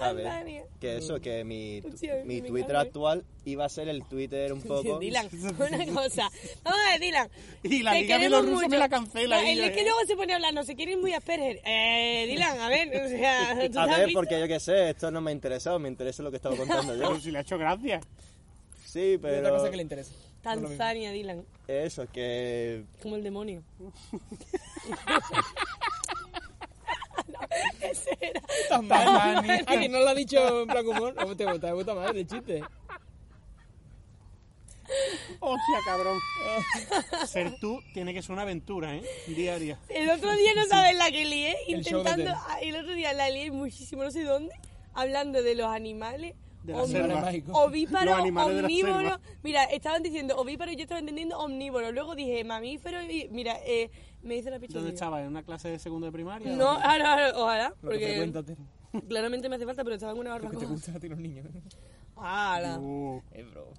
B: a
C: Dani.
B: ver, que eso, que mi, tu-
C: Sí, a mí
B: mi
C: me
B: Twitter
C: encanta.
B: actual iba a ser el Twitter un poco...
C: [laughs] Dylan, una cosa. Vamos a ver, Dylan.
A: Y la
C: te
A: Liga
C: queremos
A: Bielorrusa me
C: mucho.
A: la cancela,
C: No,
A: Guillo,
C: es que
A: eh.
C: luego se pone a hablar, no se quiere ir muy Asperger. Eh, Dylan, a ver, o sea, ¿tú
B: [laughs]
C: te
B: A
C: has
B: ver,
C: visto?
B: porque yo qué sé, esto no me interesó, me interesa lo que estaba contando
A: [laughs]
B: yo.
A: Pero si le ha hecho gracia.
B: Sí,
D: Es otra
B: pero
D: cosa que le interesa.
C: Tanzania, Dylan,
B: eso, que...
C: como el demonio.
D: Tan mal. Ah, que no lo ha dicho en plan humor. No, te gusta, te gusta más el chiste.
A: Hostia, cabrón. [laughs] Ser tú tiene que ser una aventura, ¿eh? Diaria.
C: El otro día no sabes la que lié,
D: El show de
C: intentando.
D: tele.
C: ah, El otro día la lié muchísimo, no sé dónde, hablando de los animales.
A: De la
D: animales
A: selva.
D: mágicos.
C: Ovíparo,
A: Los animales de la
C: omnívoro.
A: selva.
C: Mira, estaban diciendo ovíparo y yo estaba entendiendo omnívoro. Luego dije mamífero y mira, eh, me dice la pichonilla.
A: ¿Dónde estaba? ¿En una clase de segundo de primaria?
C: No, ahora, ahora, ojalá,
D: Lo que
C: porque
D: frecuéntate.
C: claramente me hace falta, pero estaba en una
D: Lo que te
C: barbacoa.
D: gusta a ti los niños.
C: Ala.
A: Uh,
D: Eh, bro.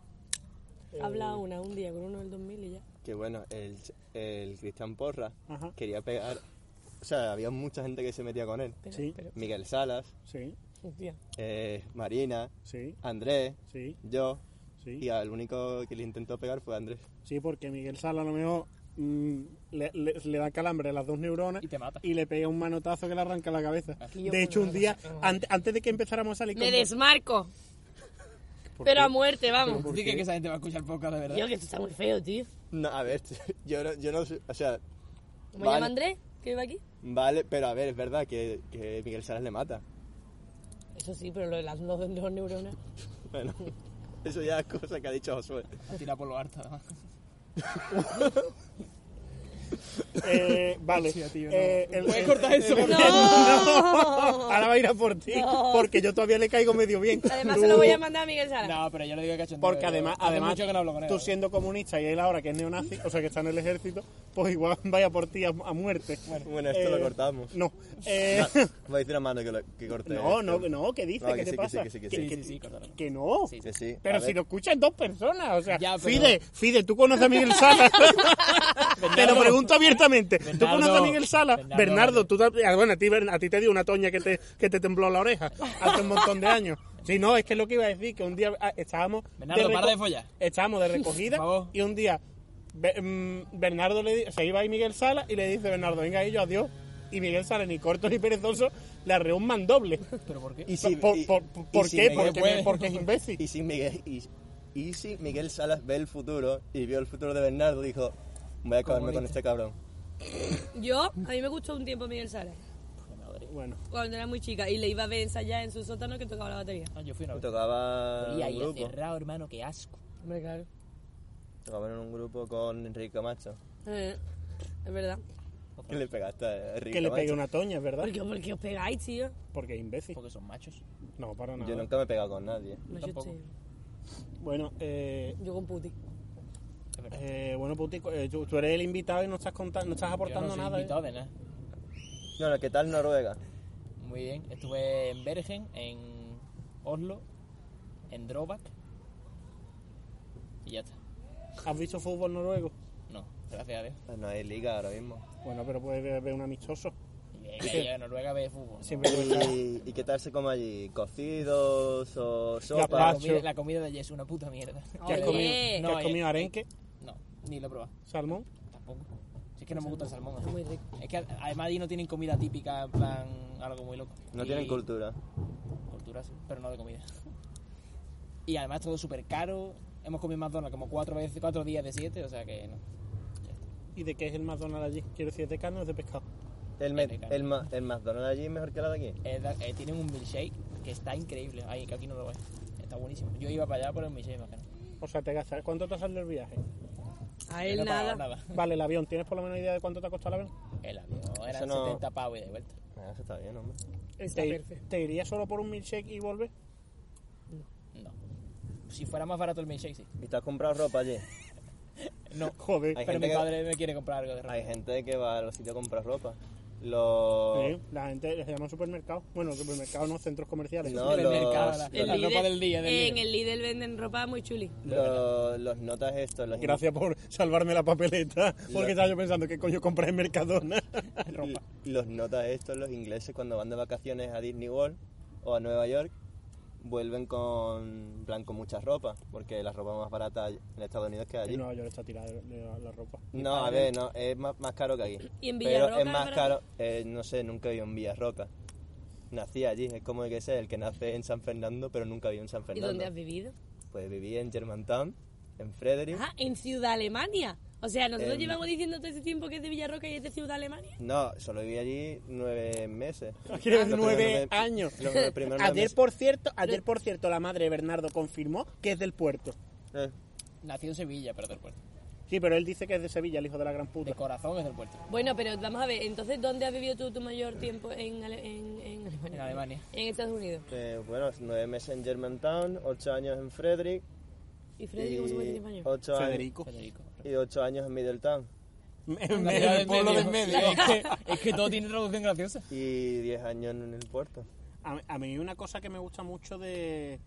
C: Habla una, un día con uno del 2000 y ya.
B: Que bueno, el, el Cristian Porra
A: Ajá.
B: quería pegar. O sea, había mucha gente que se metía con él.
C: Pero,
A: Sí.
C: pero,
B: Miguel Salas,
A: sí,
C: hostia.
B: eh, Marina,
A: sí,
B: Andrés,
A: sí,
B: yo. Y
A: sí.
B: al único que le intentó pegar fue a Andrés.
A: Sí, porque Miguel Sala a lo mejor mm, le, le- le da calambre a las dos neuronas
D: Y te mata.
A: y le pega un manotazo que le arranca la cabeza.
C: yo
A: De hecho, un día, ante- antes de que empezáramos a salir
C: Me
A: con...
C: desmarco. Pero a muerte, vamos.
D: Dice que esa gente va a escuchar podcast de verdad.
C: Tío, que esto está muy feo, tío.
B: No, a ver, [laughs] yo no, yo no sé, o sea,
C: ¿Me
B: Vale.
C: llama Andrés? ¿Que vive aquí?
B: vale, pero a ver, es verdad que, que Miguel Salas le mata.
C: Eso sí, pero lo de las dos, dos neuronas.
B: Bueno, [laughs] eso ya es cosa que ha dicho Josué.
D: Ha tirado por lo harto, además.
A: [laughs] Eh, vale.
D: Hostia, tío, no.
A: Eh, el-
D: ¿Puedes
A: el- [laughs]
D: cortar eso?
A: No. Ahora va a ir a por ti, porque yo todavía le caigo medio bien.
C: Además,
A: Tú-
C: se lo voy a mandar a Miguel Sala.
D: [laughs] No, pero yo le digo que cachondeo.
A: Porque
D: pero
A: además,
D: hace
A: además
D: mucho que no hablo con él. ¿eh?
A: tú siendo comunista y él ahora que es neonazi, o sea que está en el ejército, pues igual [laughs] vaya por ti a, a muerte.
B: Bueno, esto lo
A: Eh,
B: cortamos. Ah,
A: No.
B: [laughs]
A: Eh,
B: Voy a decir a mano que, lo, que corte.
A: no, no,
B: esto.
A: no, ¿qué dices?
B: ¿eh? No, que
A: ¿Qué te
B: sí, que
A: pasa?
B: sí, que sí, que
D: Sí,
A: Que-
D: sí, sí,
A: que-
D: córtalo.
A: que no.
D: Sí,
B: Que sí. a
A: Pero si
B: ver.
A: lo escuchan dos personas, o sea,
D: Ya, pero-
A: Fide, Fide, tú conoces a Miguel Sala.
D: [laughs]
A: te lo pregunto abiertamente. ¿Tú
D: Bernardo.
A: conoces a Miguel Sala?
D: Bernardo.
A: Bernardo, tú te- ah, bueno, a ti, Bern- a ti te dio una toña que te, que te tembló la oreja hace un montón de años. Sí, no, es que es lo que iba a decir, que un día ah, estábamos...
D: Bernardo, para
A: reco-
D: de follar.
A: Estábamos de recogida
D: Por favor.
A: y un día Be- mm, Bernardo le di- se iba ahí Miguel Sala y le dice, Bernardo, venga ahí yo, adiós. Y Miguel Sala, ni corto ni perezoso, le arreó un mandoble.
D: ¿Pero por qué?
B: Y si-
A: ¿Por,
B: y-
A: por-
B: y
A: por
B: si
A: qué?
B: Miguel-
A: Porque, me-
D: puede.
A: porque es imbécil.
B: Y si Miguel, y, y si Miguel Salas ve el futuro y vio el futuro de Bernardo, dijo, voy a acabarme con este cabrón.
C: Yo, a mí me gustó un tiempo Miguel Sala.
A: Bueno,
C: Cuando era muy chica y le iba a ver ensayar en su sótano que tocaba la batería.
D: Ah, yo fui una
B: Me
D: vez.
B: tocaba
D: Y
B: en un
D: ahí
B: grupo.
D: cerrado, hermano, qué asco.
C: Hombre, claro.
B: Tocaba en un grupo con Enrique Camacho.
C: Eh, es verdad.
B: ¿Qué le eh, pegaste a Enrique
A: que le
B: Camacho?
A: pegue una toña, es verdad.
C: ¿Por qué, por qué os pegáis, tío?
A: Porque es imbécil.
D: Porque son machos.
A: No, para nada.
B: Yo nunca me he pegado con nadie.
C: No, yo,
D: Tampoco.
C: estoy-
A: Bueno, eh,
C: yo con Puti.
D: Es verdad.
A: eh, bueno, Puti, eh, tú, tú eres el invitado y no estás contando, no estás
D: Yo no
A: aportando
D: soy
A: nada. ¿eh?
D: invitado de nada.
B: No, no, ¿qué tal Noruega?
D: Muy bien. Estuve en Bergen, en Oslo, en Drobak. Y ya está.
A: ¿Has visto fútbol noruego?
D: No, gracias a Dios.
B: Pues No hay liga ahora mismo.
A: Bueno, pero puedes ver, ver un amistoso.
D: Y ahí a Noruega ve fútbol.
A: Siempre que me-
B: ¿Y, y qué tal se come allí? ¿Cocidos o
D: La
B: sopa?
A: Gazpacho.
D: comida, la comida de allí es una puta mierda.
A: ¿Qué has
C: Oye.
A: comido?
C: No,
A: ¿Qué has
D: eh,
A: comido? ¿Arenque?
D: No, ni lo he probado.
A: ¿Salmón?
D: Tampoco. Si es que no me gusta el salmón.
C: Está muy rico.
D: Es que además allí no tienen comida típica, en plan, algo muy loco.
B: No
D: Y-
B: tienen cultura.
D: Cultura, sí, pero no de comida. Y además todo súper caro. Hemos comido McDonald's como cuatro veces, cuatro días de siete, o sea que no.
A: ¿Y de qué es el McDonald's allí? Quiero decir, ¿es de carne o es de pescado?
B: El, me-
D: Enrique.
B: el, ma- el McDonald's allí es mejor que la de aquí.
D: Eh, da- eh, tienen un milkshake que está increíble. Ahí, que aquí no lo ves. Está buenísimo. Yo iba para allá por el milkshake, imagino.
A: O sea, te gastas. ¿Cuánto te sale el viaje?
C: A
D: Yo
C: él
D: no he
C: nada.
D: pagado nada.
A: Vale, el avión. ¿Tienes por lo menos idea de cuánto te ha costado el avión?
D: El avión eran
B: Eso no-
D: 70 pavos y de vuelta.
B: Ah, eso está bien, hombre.
C: Está
A: ¿Te,
C: perfecto.
A: te irías solo por un milkshake y volver?
D: No. Si fuera más barato el milkshake, sí.
B: ¿Y te has comprado ropa allí?
D: No.
A: [laughs] Joder.
B: Hay
D: Pero
B: gente
D: mi
B: que-
D: padre me quiere comprar algo de ropa.
B: Hay gente que va a los sitios a comprar ropa. Los...
A: Sí, eh, la gente se llama supermercado. Bueno, supermercado no, centros comerciales.
B: No, los-
D: Supermercado, la-
B: los-
D: la
C: Lidl-
D: ropa del día, del
C: En
D: Lidl.
C: el Lidl venden ropa muy chuli.
B: los, los notas estos,
A: [laughs]
B: los,
A: Gracias por salvarme la papeleta,
B: Lo-
A: porque estaba yo pensando que coño compré en Mercadona.
B: [laughs]
A: [laughs]
B: in- los notas estos, los ingleses cuando van de vacaciones a Disney World o a Nueva York, vuelven con, en plan, con mucha ropa, porque la ropa más barata en Estados Unidos que allí.
A: En Nueva York está tirada de- de la, la ropa.
B: No, a ver, no, es más, más caro que aquí.
C: [clears throat] ¿Y en
B: Pero
C: Villarroca
B: es
C: es
B: más
C: barato?
B: caro, eh, no sé, nunca vivido en Villarroca. Nací allí, es como que sé, el que nace en San Fernando, pero nunca vivió en San
C: ¿Y
B: Fernando.
C: dónde has vivido?
B: Pues viví en Germantown, en Frederick.
C: Ajá, en Ciudad Alemania. O sea, nosotros
B: Em.
C: llevamos diciendo todo ese tiempo que es de Villarroca y es de Ciudad Alemania.
B: No, solo viví allí nueve meses.
A: [laughs] Aquí eres
B: Los
A: nueve
B: primeros
A: años.
B: los
A: [laughs]
B: primeros nueve
A: Ayer
B: meses.
A: por, cierto, ayer, por cierto, la madre de Bernardo confirmó que es del puerto.
B: Eh,
D: Nació en Sevilla, pero del puerto.
A: Sí, pero él dice que es de Sevilla, el hijo de la gran puta.
D: De corazón es del puerto.
C: Bueno, pero vamos a ver, entonces, ¿dónde has vivido tú tu mayor tiempo en, Ale- en, en Alemania? Alemania.
D: En Alemania.
C: En Estados Unidos.
B: Eh, bueno, nueve meses en Germantown, ocho años en Frederick.
C: ¿Y Freddy cómo se puede decir en español?
B: ocho años-
A: [laughs]
E: Federico.
D: Federico.
B: y ocho años en Middletown.
E: En medio, el pueblo del medio.
D: Es
C: [laughs]
E: [laughs]
D: que, es que todo tiene traducción graciosa.
B: Y diez años en el puerto.
A: A, a mí una cosa que me gusta mucho de...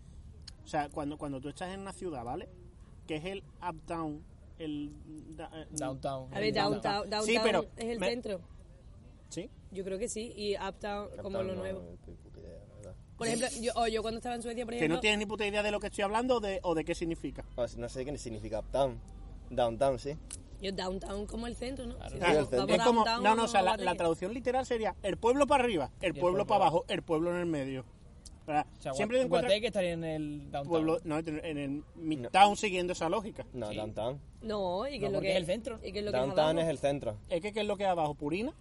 A: O sea, cuando, cuando tú estás en una ciudad, ¿vale? Que es el uptown, el... da- eh,
D: Downtown.
C: A ver, downtown, downtown
A: Sí, pero
C: es el
A: me-
C: centro.
A: ¿Sí?
C: Yo creo que sí. Y uptown, como
B: Uptown
C: lo
B: no,
C: nuevo.
B: no tengo puta idea, la verdad.
C: Por ejemplo, yo, o yo cuando estaba en Suecia, por
A: Que
C: ejemplo.
A: no tienes ni puta idea de lo que estoy hablando o de, o de qué significa.
B: O sea, no sé qué significa Uptown. Downtown, sí.
C: Yo downtown como el centro, ¿no? Si
B: Ah,
C: va-
B: el centro.
C: va por
A: Es como,
C: downtown,
A: no, no, o sea, la,
C: va a
A: la
C: tener-
A: traducción literal sería el pueblo para arriba, el
D: el
A: pueblo
D: pueblo
A: para abajo, el pueblo en el medio. O sea,
D: O sea,
A: siempre
D: Siempre
A: te encuentras
D: que estaría en el downtown.
A: pueblo, no, en el Midtown siguiendo esa lógica.
B: No, Downtown.
C: No, y que
D: No,
C: es lo
D: porque
C: que
D: es el centro.
C: Y que es lo que
B: Downtown
C: abajo.
B: es el centro.
A: Es que, ¿qué es lo que es abajo? ¿Purina?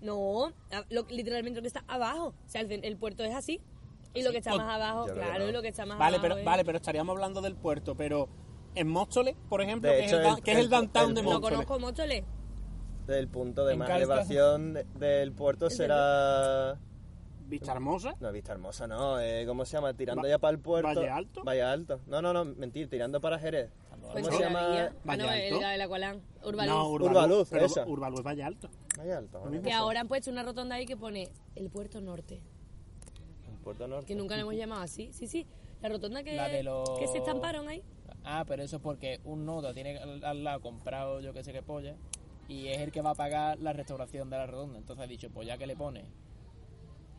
C: No, a- lo- literalmente lo que está abajo. O sea, el, cen- el puerto es así. Y lo que está
A: O-
C: más abajo,
B: Yo creo que
C: claro,
B: no.
C: y lo que está más
A: Vale,
C: abajo.
A: pero,
C: es-
A: vale, pero estaríamos hablando del puerto, pero en Móstoles, por ejemplo,
B: De
A: que,
B: hecho,
A: es el, da-
B: el-
A: que es el
B: el-
A: downtown
B: el-
A: de
B: No
C: No
A: Móstoles.
C: conozco Móstoles.
B: El punto de
D: En
B: más
D: Carlsbad.
B: elevación de- del puerto será...
A: Vista hermosa.
B: No, Vista Hermosa, no. eh, ¿Cómo se llama? Tirando
A: Va-
B: ya para el puerto.
A: Valle Alto.
B: Valle Alto. No, no, no. Mentir. Tirando para Jerez.
C: Pues
B: ¿Cómo se llama?
C: Ah, no,
A: Valle
C: el,
A: Alto.
C: el Aqualán. Urbanus.
A: No,
B: Urbaluz,
A: pero
B: esa.
A: Urbaluz es Valle Alto.
B: Valle Alto. vale.
C: que ahora han puesto una rotonda ahí que pone el puerto norte.
B: El puerto norte.
C: Que nunca la hemos llamado así. Sí, sí. La rotonda que,
D: La de los-
C: que se estamparon ahí.
D: Ah, pero eso es porque un nodo tiene al, al lado comprado yo que sé qué polla y es el que va a pagar la restauración de la rotonda. Entonces ha dicho, pues ya que le pone,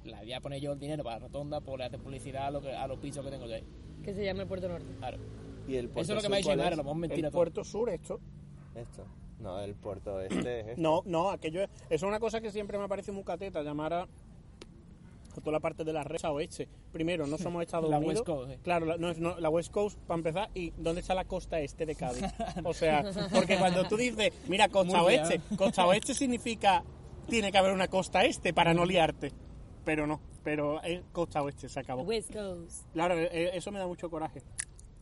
D: la voy a poner yo el dinero para la rotonda, pues le hace publicidad a, lo que- a los pisos que tengo yo ahí.
C: Que se llama el puerto norte.
D: Claro.
B: Y el puerto
D: Eso es lo que
B: sur,
D: me ha dicho
B: ¿cuál
D: Imar, a
B: es?
D: lo mejor mentira
A: El
D: todo.
A: puerto sur, esto.
B: Esto. No, el puerto este es este.
A: No, no, aquello es, eso es una cosa que siempre me parece muy cateta, llamar a, a toda la parte de la resa oeste. Primero, no somos Estados
D: La
A: Unidos.
D: West Coast, eh.
A: Claro, la, no, es- no, la West Coast, para empezar, y ¿dónde está la costa este de
D: [laughs]
A: Cádiz? O sea, porque cuando tú dices, mira, costa
D: Murcia.
A: oeste, costa oeste significa, tiene que haber una costa este para no liarte. Pero no, pero es costa oeste, se acabó.
C: West Coast.
A: Claro, eh, eso me da mucho coraje.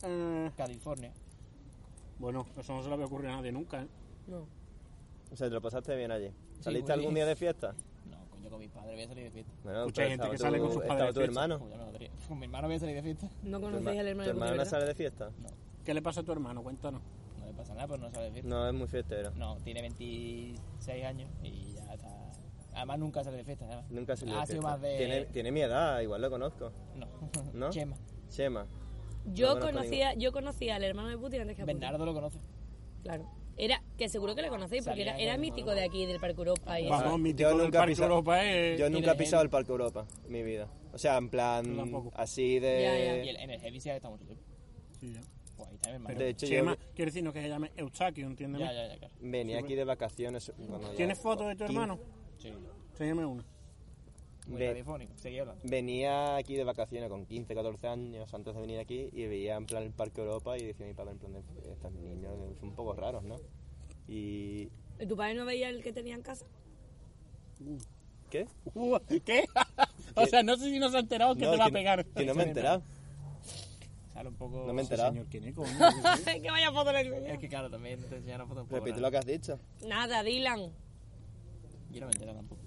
A: Eh,
D: California.
A: bueno, eso no se le había ocurrido a nadie nunca, ¿eh?
C: No.
B: O sea, te lo pasaste bien allí.
D: muy
B: ¿Saliste algún
D: bien.
B: día de fiesta?
D: No, coño, con mis padres voy a salir de fiesta.
B: Bueno,
A: Mucha
B: pero
A: gente que
B: estaba
A: sale
B: tu-
A: con sus padres
B: Estaba
A: de
B: tu
A: fiesta.
B: hermano.
D: Como ya me jodería. [laughs] Con mi hermano voy a salir de fiesta.
C: No
B: ¿Tu
C: conocéis al hermano de
B: hermana
C: Cucurella.
B: sale de fiesta?
D: No,
A: ¿Qué le pasa a tu hermano? Cuéntanos.
D: no le pasa nada, pero no sale de fiesta.
B: No, es muy fiestero.
D: No, tiene 26 años y ya está. Además nunca sale de fiesta, además.
B: Nunca se le
D: Ha sido Ah, más de...
B: tiene, tiene mi edad, igual lo conozco.
D: No.
B: [laughs] ¿No?
D: Chema.
B: Chema. No
C: Yo
B: conozco
C: conocía, yo conocía al hermano de Putin antes que a Putin.
D: Bernardo lo conoce.
C: Claro. Era, que seguro que lo conocéis, porque
D: Salía
C: era, era
D: con-
C: mítico de aquí, del Parque Europa y
A: Vamos,
C: eso.
B: Ah,
A: mítico del Parque Europa, eh.
B: Yo
D: Y
B: nunca he
D: del
B: pisado
D: Heavy.
B: el Parque Europa en mi vida. O sea, en plan,
A: Yo tampoco.
B: así
D: Y
B: de...
D: el- en el Heavy sí ha estado mucho tiempo.
A: Sí, ya.
D: Pues ahí está mi hermano.
A: Pero
B: De hecho,
A: Chema,
B: yo
A: quiero decir, no que se llame Eustaquio, entiéndeme.
D: Ya, ya, ya, claro.
B: venía aquí de vacaciones. bueno, ya-
A: ¿Tienes fotos de tu
B: quince-
A: hermano?
D: Sí.
A: Enséñame
B: [laughs]
A: una.
D: Muy
B: De-
D: radiofónico. Seguí hablando.
B: Venía aquí de vacaciones con 15, 14 años antes de venir aquí y veía en plan el Parque Europa y decía mi padre en plan, "Este de, estos niños son un poco raros, ¿no? Y...
C: ¿Y ¿Tu padre no veía el que tenía en casa? [laughs]
B: ¿Qué?
A: Uh,
B: [laughs]
A: ¿Qué? o sea, no sé si nos ha enterado que
B: No,
A: te va a
B: no-
A: pegar.
B: que no me he enterado.
D: Sale un poco...
B: No me he
A: Sí,
B: enterado.
A: señor, ¿quién
B: [laughs]
A: es? Coño?
C: que vaya foto le
D: Es
B: Eh.
C: enseñé.
D: que claro, también te enseñan la foto un poco.
B: Repite lo
D: rara.
B: que has dicho.
C: Nada, Dylan.
D: Yo no me entero tampoco.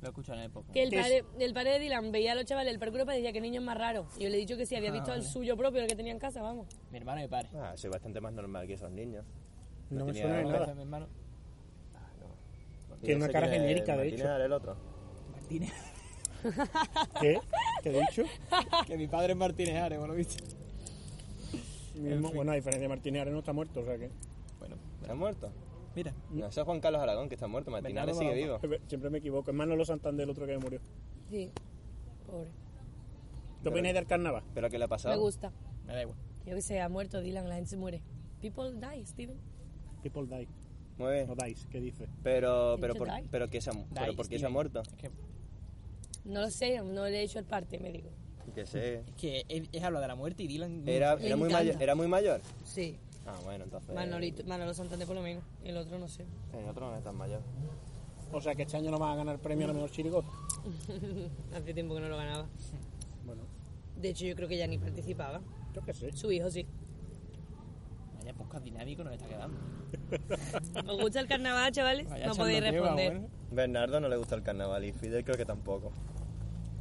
D: Lo he escuchado en el podcast.
C: Que el
A: ¿Qué es?
C: padre, el padre de Dylan veía a los chavales del Parque Europa y decía que niño es más raro. Y yo le he dicho que sí, había
D: Ah,
C: visto el
D: vale.
C: suyo propio, el que tenía en casa, vamos.
D: Mi hermano y mi padre.
B: Ah, soy bastante más normal que esos niños.
A: No me
B: tenía
A: suena de
D: Ahora está
A: nada.
D: Mi hermano.
A: Tiene una cara genérica, de hecho.
B: Tiene el otro.
D: Martínez. [laughs]
A: ¿Qué? ¿Qué he
B: [laughs]
A: dicho?
D: que mi padre es Martínez Ares, bueno, viste.
A: Mismo- bueno, a diferencia de Martínez Ares no está muerto, o sea que...
D: Bueno,
B: ¿Está muerto?
D: mira.
B: No, ese es Juan Carlos Aragón, que está muerto. Martínez
D: Mm. Bernardo
B: sigue vivo.
D: Aragón.
A: [laughs] Siempre me equivoco. Es Manolo Santander el otro que murió.
C: Sí. Pobre.
A: ¿Qué opináis del carnaval?
B: ¿Pero qué le ha
C: Me
B: pasado?
C: gusta.
D: Me da igual.
C: Yo que sé, ha muerto Dylan, la gente se muere. People die, Steven.
A: People die.
B: Muy bien.
A: No dice, ¿qué dice?
B: Pero, pero,
C: Dice
B: por,
C: die.
B: pero, que se ha, pero
D: Die,
B: ¿por qué se ha
D: Steven.
B: muerto?
D: Es que,
C: No lo sé, no le he hecho el parte, me digo.
B: Que sé.
D: es que es, es habla de la muerte y Dylan.
B: Era,
C: Le
B: era, muy
C: encanta.
B: mayor, ¿Era muy mayor?
C: Sí.
B: Ah, bueno, entonces...
C: Eh. Manolito, Manolo Santander por lo menos. El otro no sé.
B: El otro no es tan mayor.
A: O sea, que este año no vas a ganar premio a la mejor chirigota.
C: Hace tiempo que no lo ganaba.
A: Bueno,
C: De hecho, yo creo que ya ni participaba.
A: yo qué sé.
C: Su hijo sí.
D: Vaya podcast dinámico nos está quedando.
C: ¿Os gusta el carnaval, chavales?
D: Vaya
C: no podéis
D: charlateo,
C: responder.
D: bueno.
B: Bernardo no le gusta el carnaval y Fidel creo que tampoco.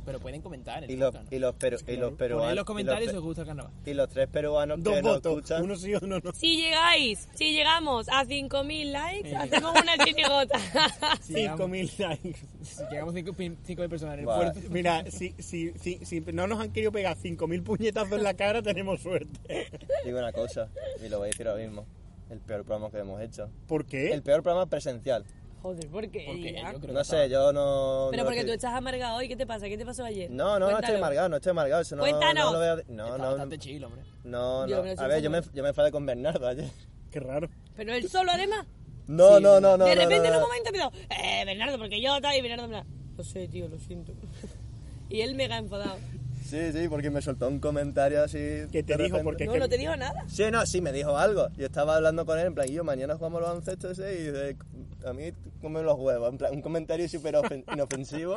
D: Pero pueden comentar. en el
B: Y los,
D: podcast, ¿no?
B: y los, peru- y los peruanos.
D: Poned en los
B: y
D: comentarios
B: los
D: si
B: pe-
D: os gusta el carnaval.
B: y los tres peruanos
A: Dos
B: que nos
A: votos,
B: escuchan.
A: uno sí, uno
B: [laughs]
A: no.
C: Si llegáis, si llegamos a 5.000 likes, hacemos una chinigota.
D: [laughs] Si llegamos-
A: 5.000 likes.
D: [laughs] Si llegamos 5.000 personas en el
B: Vale.
D: puerto,
A: Mira, si, si, si, si no nos han querido pegar 5.000 puñetazos en la cara, tenemos suerte.
B: Digo una cosa, y lo voy a decir ahora mismo. El peor programa que hemos hecho.
A: ¿Por qué?
B: El peor programa presencial.
C: Joder, ¿por qué?
D: porque
C: ya?
D: yo creo
B: No
D: que
B: sé, yo no...
C: Pero
B: no
C: porque
B: estoy-
C: tú estás amargado hoy, ¿qué te pasa? ¿Qué te pasó ayer?
B: No, no, no estoy
C: Cuéntalo.
B: amargado, no estoy amargado. Eso no,
C: Cuéntanos.
B: No, lo voy a- no,
D: está
B: no,
D: bastante chill, hombre.
B: no, no.
C: Yo me lo estoy
B: A ver, yo me,
C: pensando.
B: yo me enfadé con Bernardo ayer.
A: Qué raro.
C: Pero él solo, además.
B: No, no, no, no.
C: de
B: no,
C: repente
B: no,
C: en un
B: no.
C: momento empezó, eh, Bernardo, porque yo tal, y Bernardo me da, no sé, tío, lo siento. [laughs] y él mega enfadado.
B: Sí, sí, porque me soltó un comentario así.
A: [laughs] ¿Qué te
B: de
A: dijo?
B: repente.
A: Porque- Es
C: no,
A: que-
C: no te dijo nada.
B: Sí, no, sí, me dijo algo. Yo estaba hablando con él, en plan, y yo mañana jugamos los ancestros ese, y dice, a mí come los huevos. En plan, un comentario súper ofen- [laughs] inofensivo,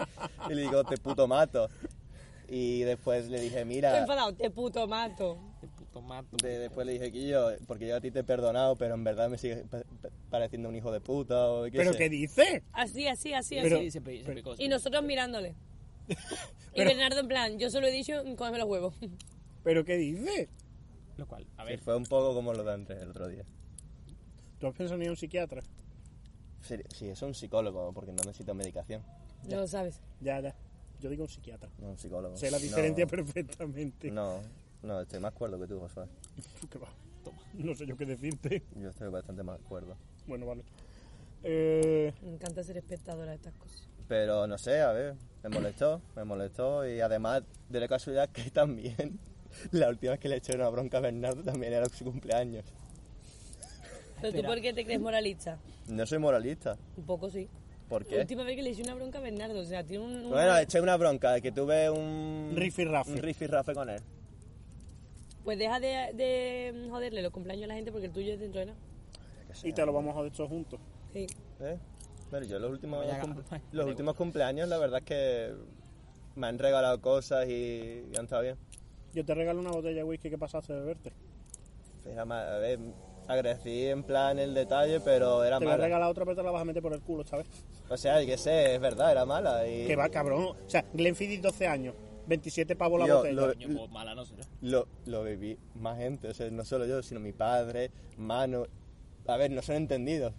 B: y le digo, te puto mato. Y después le dije,
C: Estoy
B: mira,
C: enfadado, te puto mato.
D: Te puto mato.
B: de- después le dije, Quillo, porque yo a ti te he perdonado, pero en verdad me sigues pa- pa- pareciendo un hijo de puta, o qué
A: ¿Pero
B: sé.
A: qué dice?
C: Así, así, así,
A: Pero-
C: así.
D: sí, siempre, siempre
B: Pues
D: cosas.
C: Y
A: [laughs]
C: nosotros mirándole.
A: Pero-
C: Y Bernardo en plan, yo solo he dicho, cógeme los huevos. [laughs]
A: ¿Pero qué dice?
D: Lo cual, a
B: Sí,
D: ver,
B: fue un poco como lo de antes, el otro día.
A: ¿Tú has pensado en ir a un psiquiatra?
B: Sí, sí, es un psicólogo, porque no necesito medicación.
C: No lo sabes.
A: Ya, ya. Yo digo un psiquiatra.
B: No, un psicólogo.
A: Sé la diferencia
B: Pues no,
A: perfectamente. [laughs]
B: No, no, estoy más cuerdo que tú, Josué.
A: ¿Qué va? Toma. No sé yo qué decirte.
B: Yo estoy bastante más cuerdo.
A: Bueno, vale. Eh,
C: Me encanta ser espectadora de estas cosas.
B: Pero no sé, a ver, me molestó, me molestó y además de la casualidad que [laughs] también la última vez que le eché una bronca a Bernardo también era su cumpleaños.
C: Pero tú, ¿por qué te crees moralista?
B: No soy moralista,
C: Un poco sí.
B: ¿por
C: La
B: qué?
C: última vez que le hice una bronca a Bernardo, o sea, tiene un. un-
B: Bueno, le eché una bronca de que tuve un...
A: Rifirrafe.
B: Un rifirrafe con él.
C: Pues deja de, de joderle los cumpleaños a la gente porque el tuyo es dentro de nada.
A: y te lo vamos a joder todos juntos.
C: Sí.
B: ¿Eh? Bueno, yo los últimos,
D: Vaya
B: cum-
D: gana.
B: los últimos cumpleaños la verdad es que me han regalado cosas y, y han estado bien.
A: Yo te regalo una botella de whisky que pasaste de verte.
B: Era más, a ver, agradecí en plan el detalle, pero era
A: Te voy a
B: mala.
A: regalar otra, pero te la vas a meter por el culo, ¿sabes?
B: O sea, yo qué sé, es verdad, era mala. Y...
A: Que va, cabrón. O sea, Glenfiddich 12 años. 27 pavos la
B: Yo,
A: botella.
B: lo-
D: coño, pues mala no será.
B: lo, lo viví más gente, o sea, no solo yo, sino mi padre, mano. A ver, no son entendidos,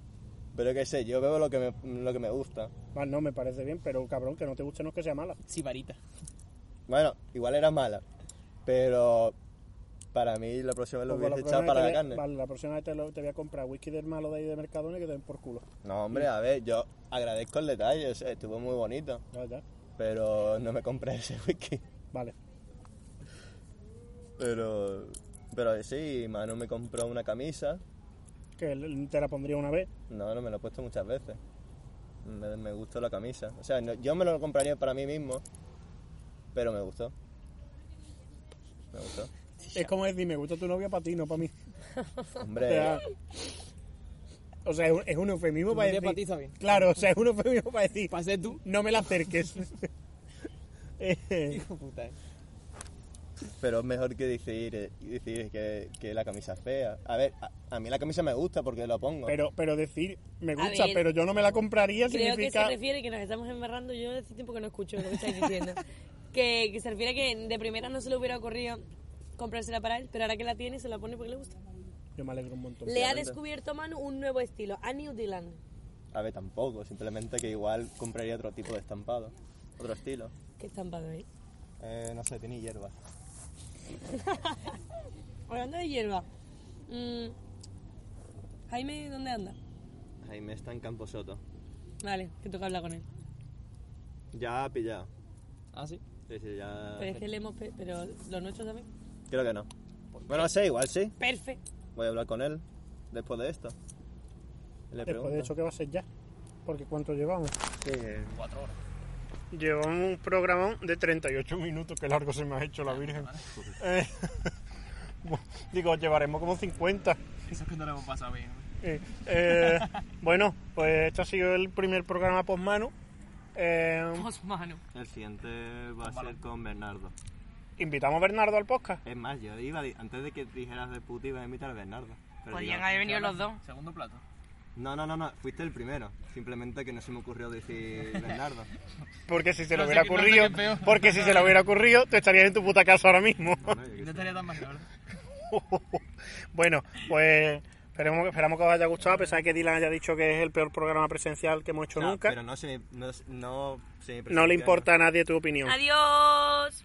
B: pero qué sé, yo veo lo que me, lo que me gusta.
A: Ah, no, me parece bien, pero cabrón, que no te guste no es que sea mala.
D: Sí, varita.
B: Bueno, igual era mala, pero para mí la próxima vez lo
A: Pues,
B: hubiese
A: la próxima
B: echado
A: vez
B: para
A: te
B: la
A: voy a-
B: carne.
A: Vale, la próxima vez te, lo- te voy a comprar whisky del malo de ahí de Mercadona y que te den por culo.
B: No, hombre, a ver, yo agradezco el detalle, o sea, estuvo muy bonito,
A: Ya, ya.
B: pero no me compré ese [laughs] whisky.
A: Vale.
B: Pero, pero sí, Manu me compró una camisa,
A: Que l- te la pondría una vez.
B: No, no me lo he puesto muchas veces. Me, me gustó la camisa. O sea, no- yo me lo compraría para mí mismo, pero me gustó. Me gustó.
A: Es como decir, me gusta tu novia para ti, no para mí. [laughs] O
B: Hombre,
A: sea, o sea, es un- es un eufemismo
D: Tu
A: para
D: novia
A: decir.
D: pa' ti está bien.
A: Claro, o sea, es un eufemismo para decir,
D: Pase tú.
A: no me la acerques. [laughs] Eh,
D: [laughs] Hijo puta. eh.
B: pero es mejor que decir, eh, decir que, que la camisa es fea. A ver, a, a mí la camisa me gusta porque lo pongo.
A: pero, pero decir, me
C: A
A: gusta,
C: ver,
A: pero yo no me la compraría
C: Creo que se
A: significa.
C: refiere que nos estamos embarrando. Yo hace tiempo que no escucho lo que estáis diciendo. que, que se refiere a que de primera no se le hubiera ocurrido comprársela para él, pero ahora que la tiene se la pone porque le gusta.
A: Yo me alegro un montón.
C: Le ha descubierto Manu un nuevo estilo, a New Dylan.
B: A ver, tampoco. Simplemente que igual compraría otro tipo de estampado, otro estilo.
C: Qué estampado, ¿eh?
B: Eh, no sé, tiene hierba.
C: Hablando de hierba. mm, Jaime, ¿dónde anda?
B: Jaime está en Camposoto.
C: Vale, que toca hablar con él.
B: Ya ha pillado.
D: Ah, sí.
B: Sí, sí, ya.
C: Pero es que le hemos... pe- Pero los nuestros también.
B: Creo que no. Bueno, sí, igual sí.
C: Perfecto.
B: Voy a hablar con él después de esto.
A: Después
B: Le
A: de
B: pregunto.
A: hecho, ¿qué va a ser ya? Porque ¿cuánto llevamos?
B: Sí, eh,
A: Llevamos un programa de 38 minutos, que largo se me ha hecho la Virgen. Eh, [laughs] digo, llevaremos como 50.
D: Eso es que no lo hemos pasado bien.
A: Eh, eh, bueno, pues este ha sido el primer programa post-mano. Eh,
C: Manu.
B: el siguiente va a ser con Bernardo.
A: invitamos a Bernardo al podcast.
B: Es más, yo iba, a di- antes de que dijeras de puta, iba a invitar a Bernardo. Pero digo,
C: haber venido los dos.
D: Segundo plato.
B: No, no, no, no, fuiste el primero. Simplemente que no se me ocurrió decir Bernardo.
A: Porque si se
F: No sé
A: lo hubiera
F: qué- no sé
A: ocurrido,
F: qué peor.
A: porque si se lo hubiera ocurrido, tú estarías en tu puta casa ahora mismo.
F: Yo estaría tan mayor.
A: [laughs] bueno, pues esperemos, esperamos que os haya gustado, a pesar de que Dylan haya dicho que es el peor programa presencial que hemos hecho
B: No,
A: nunca.
B: Pero no se me, no, no se me
A: No
B: presentó,
A: le importa a nadie tu opinión.
C: Adiós.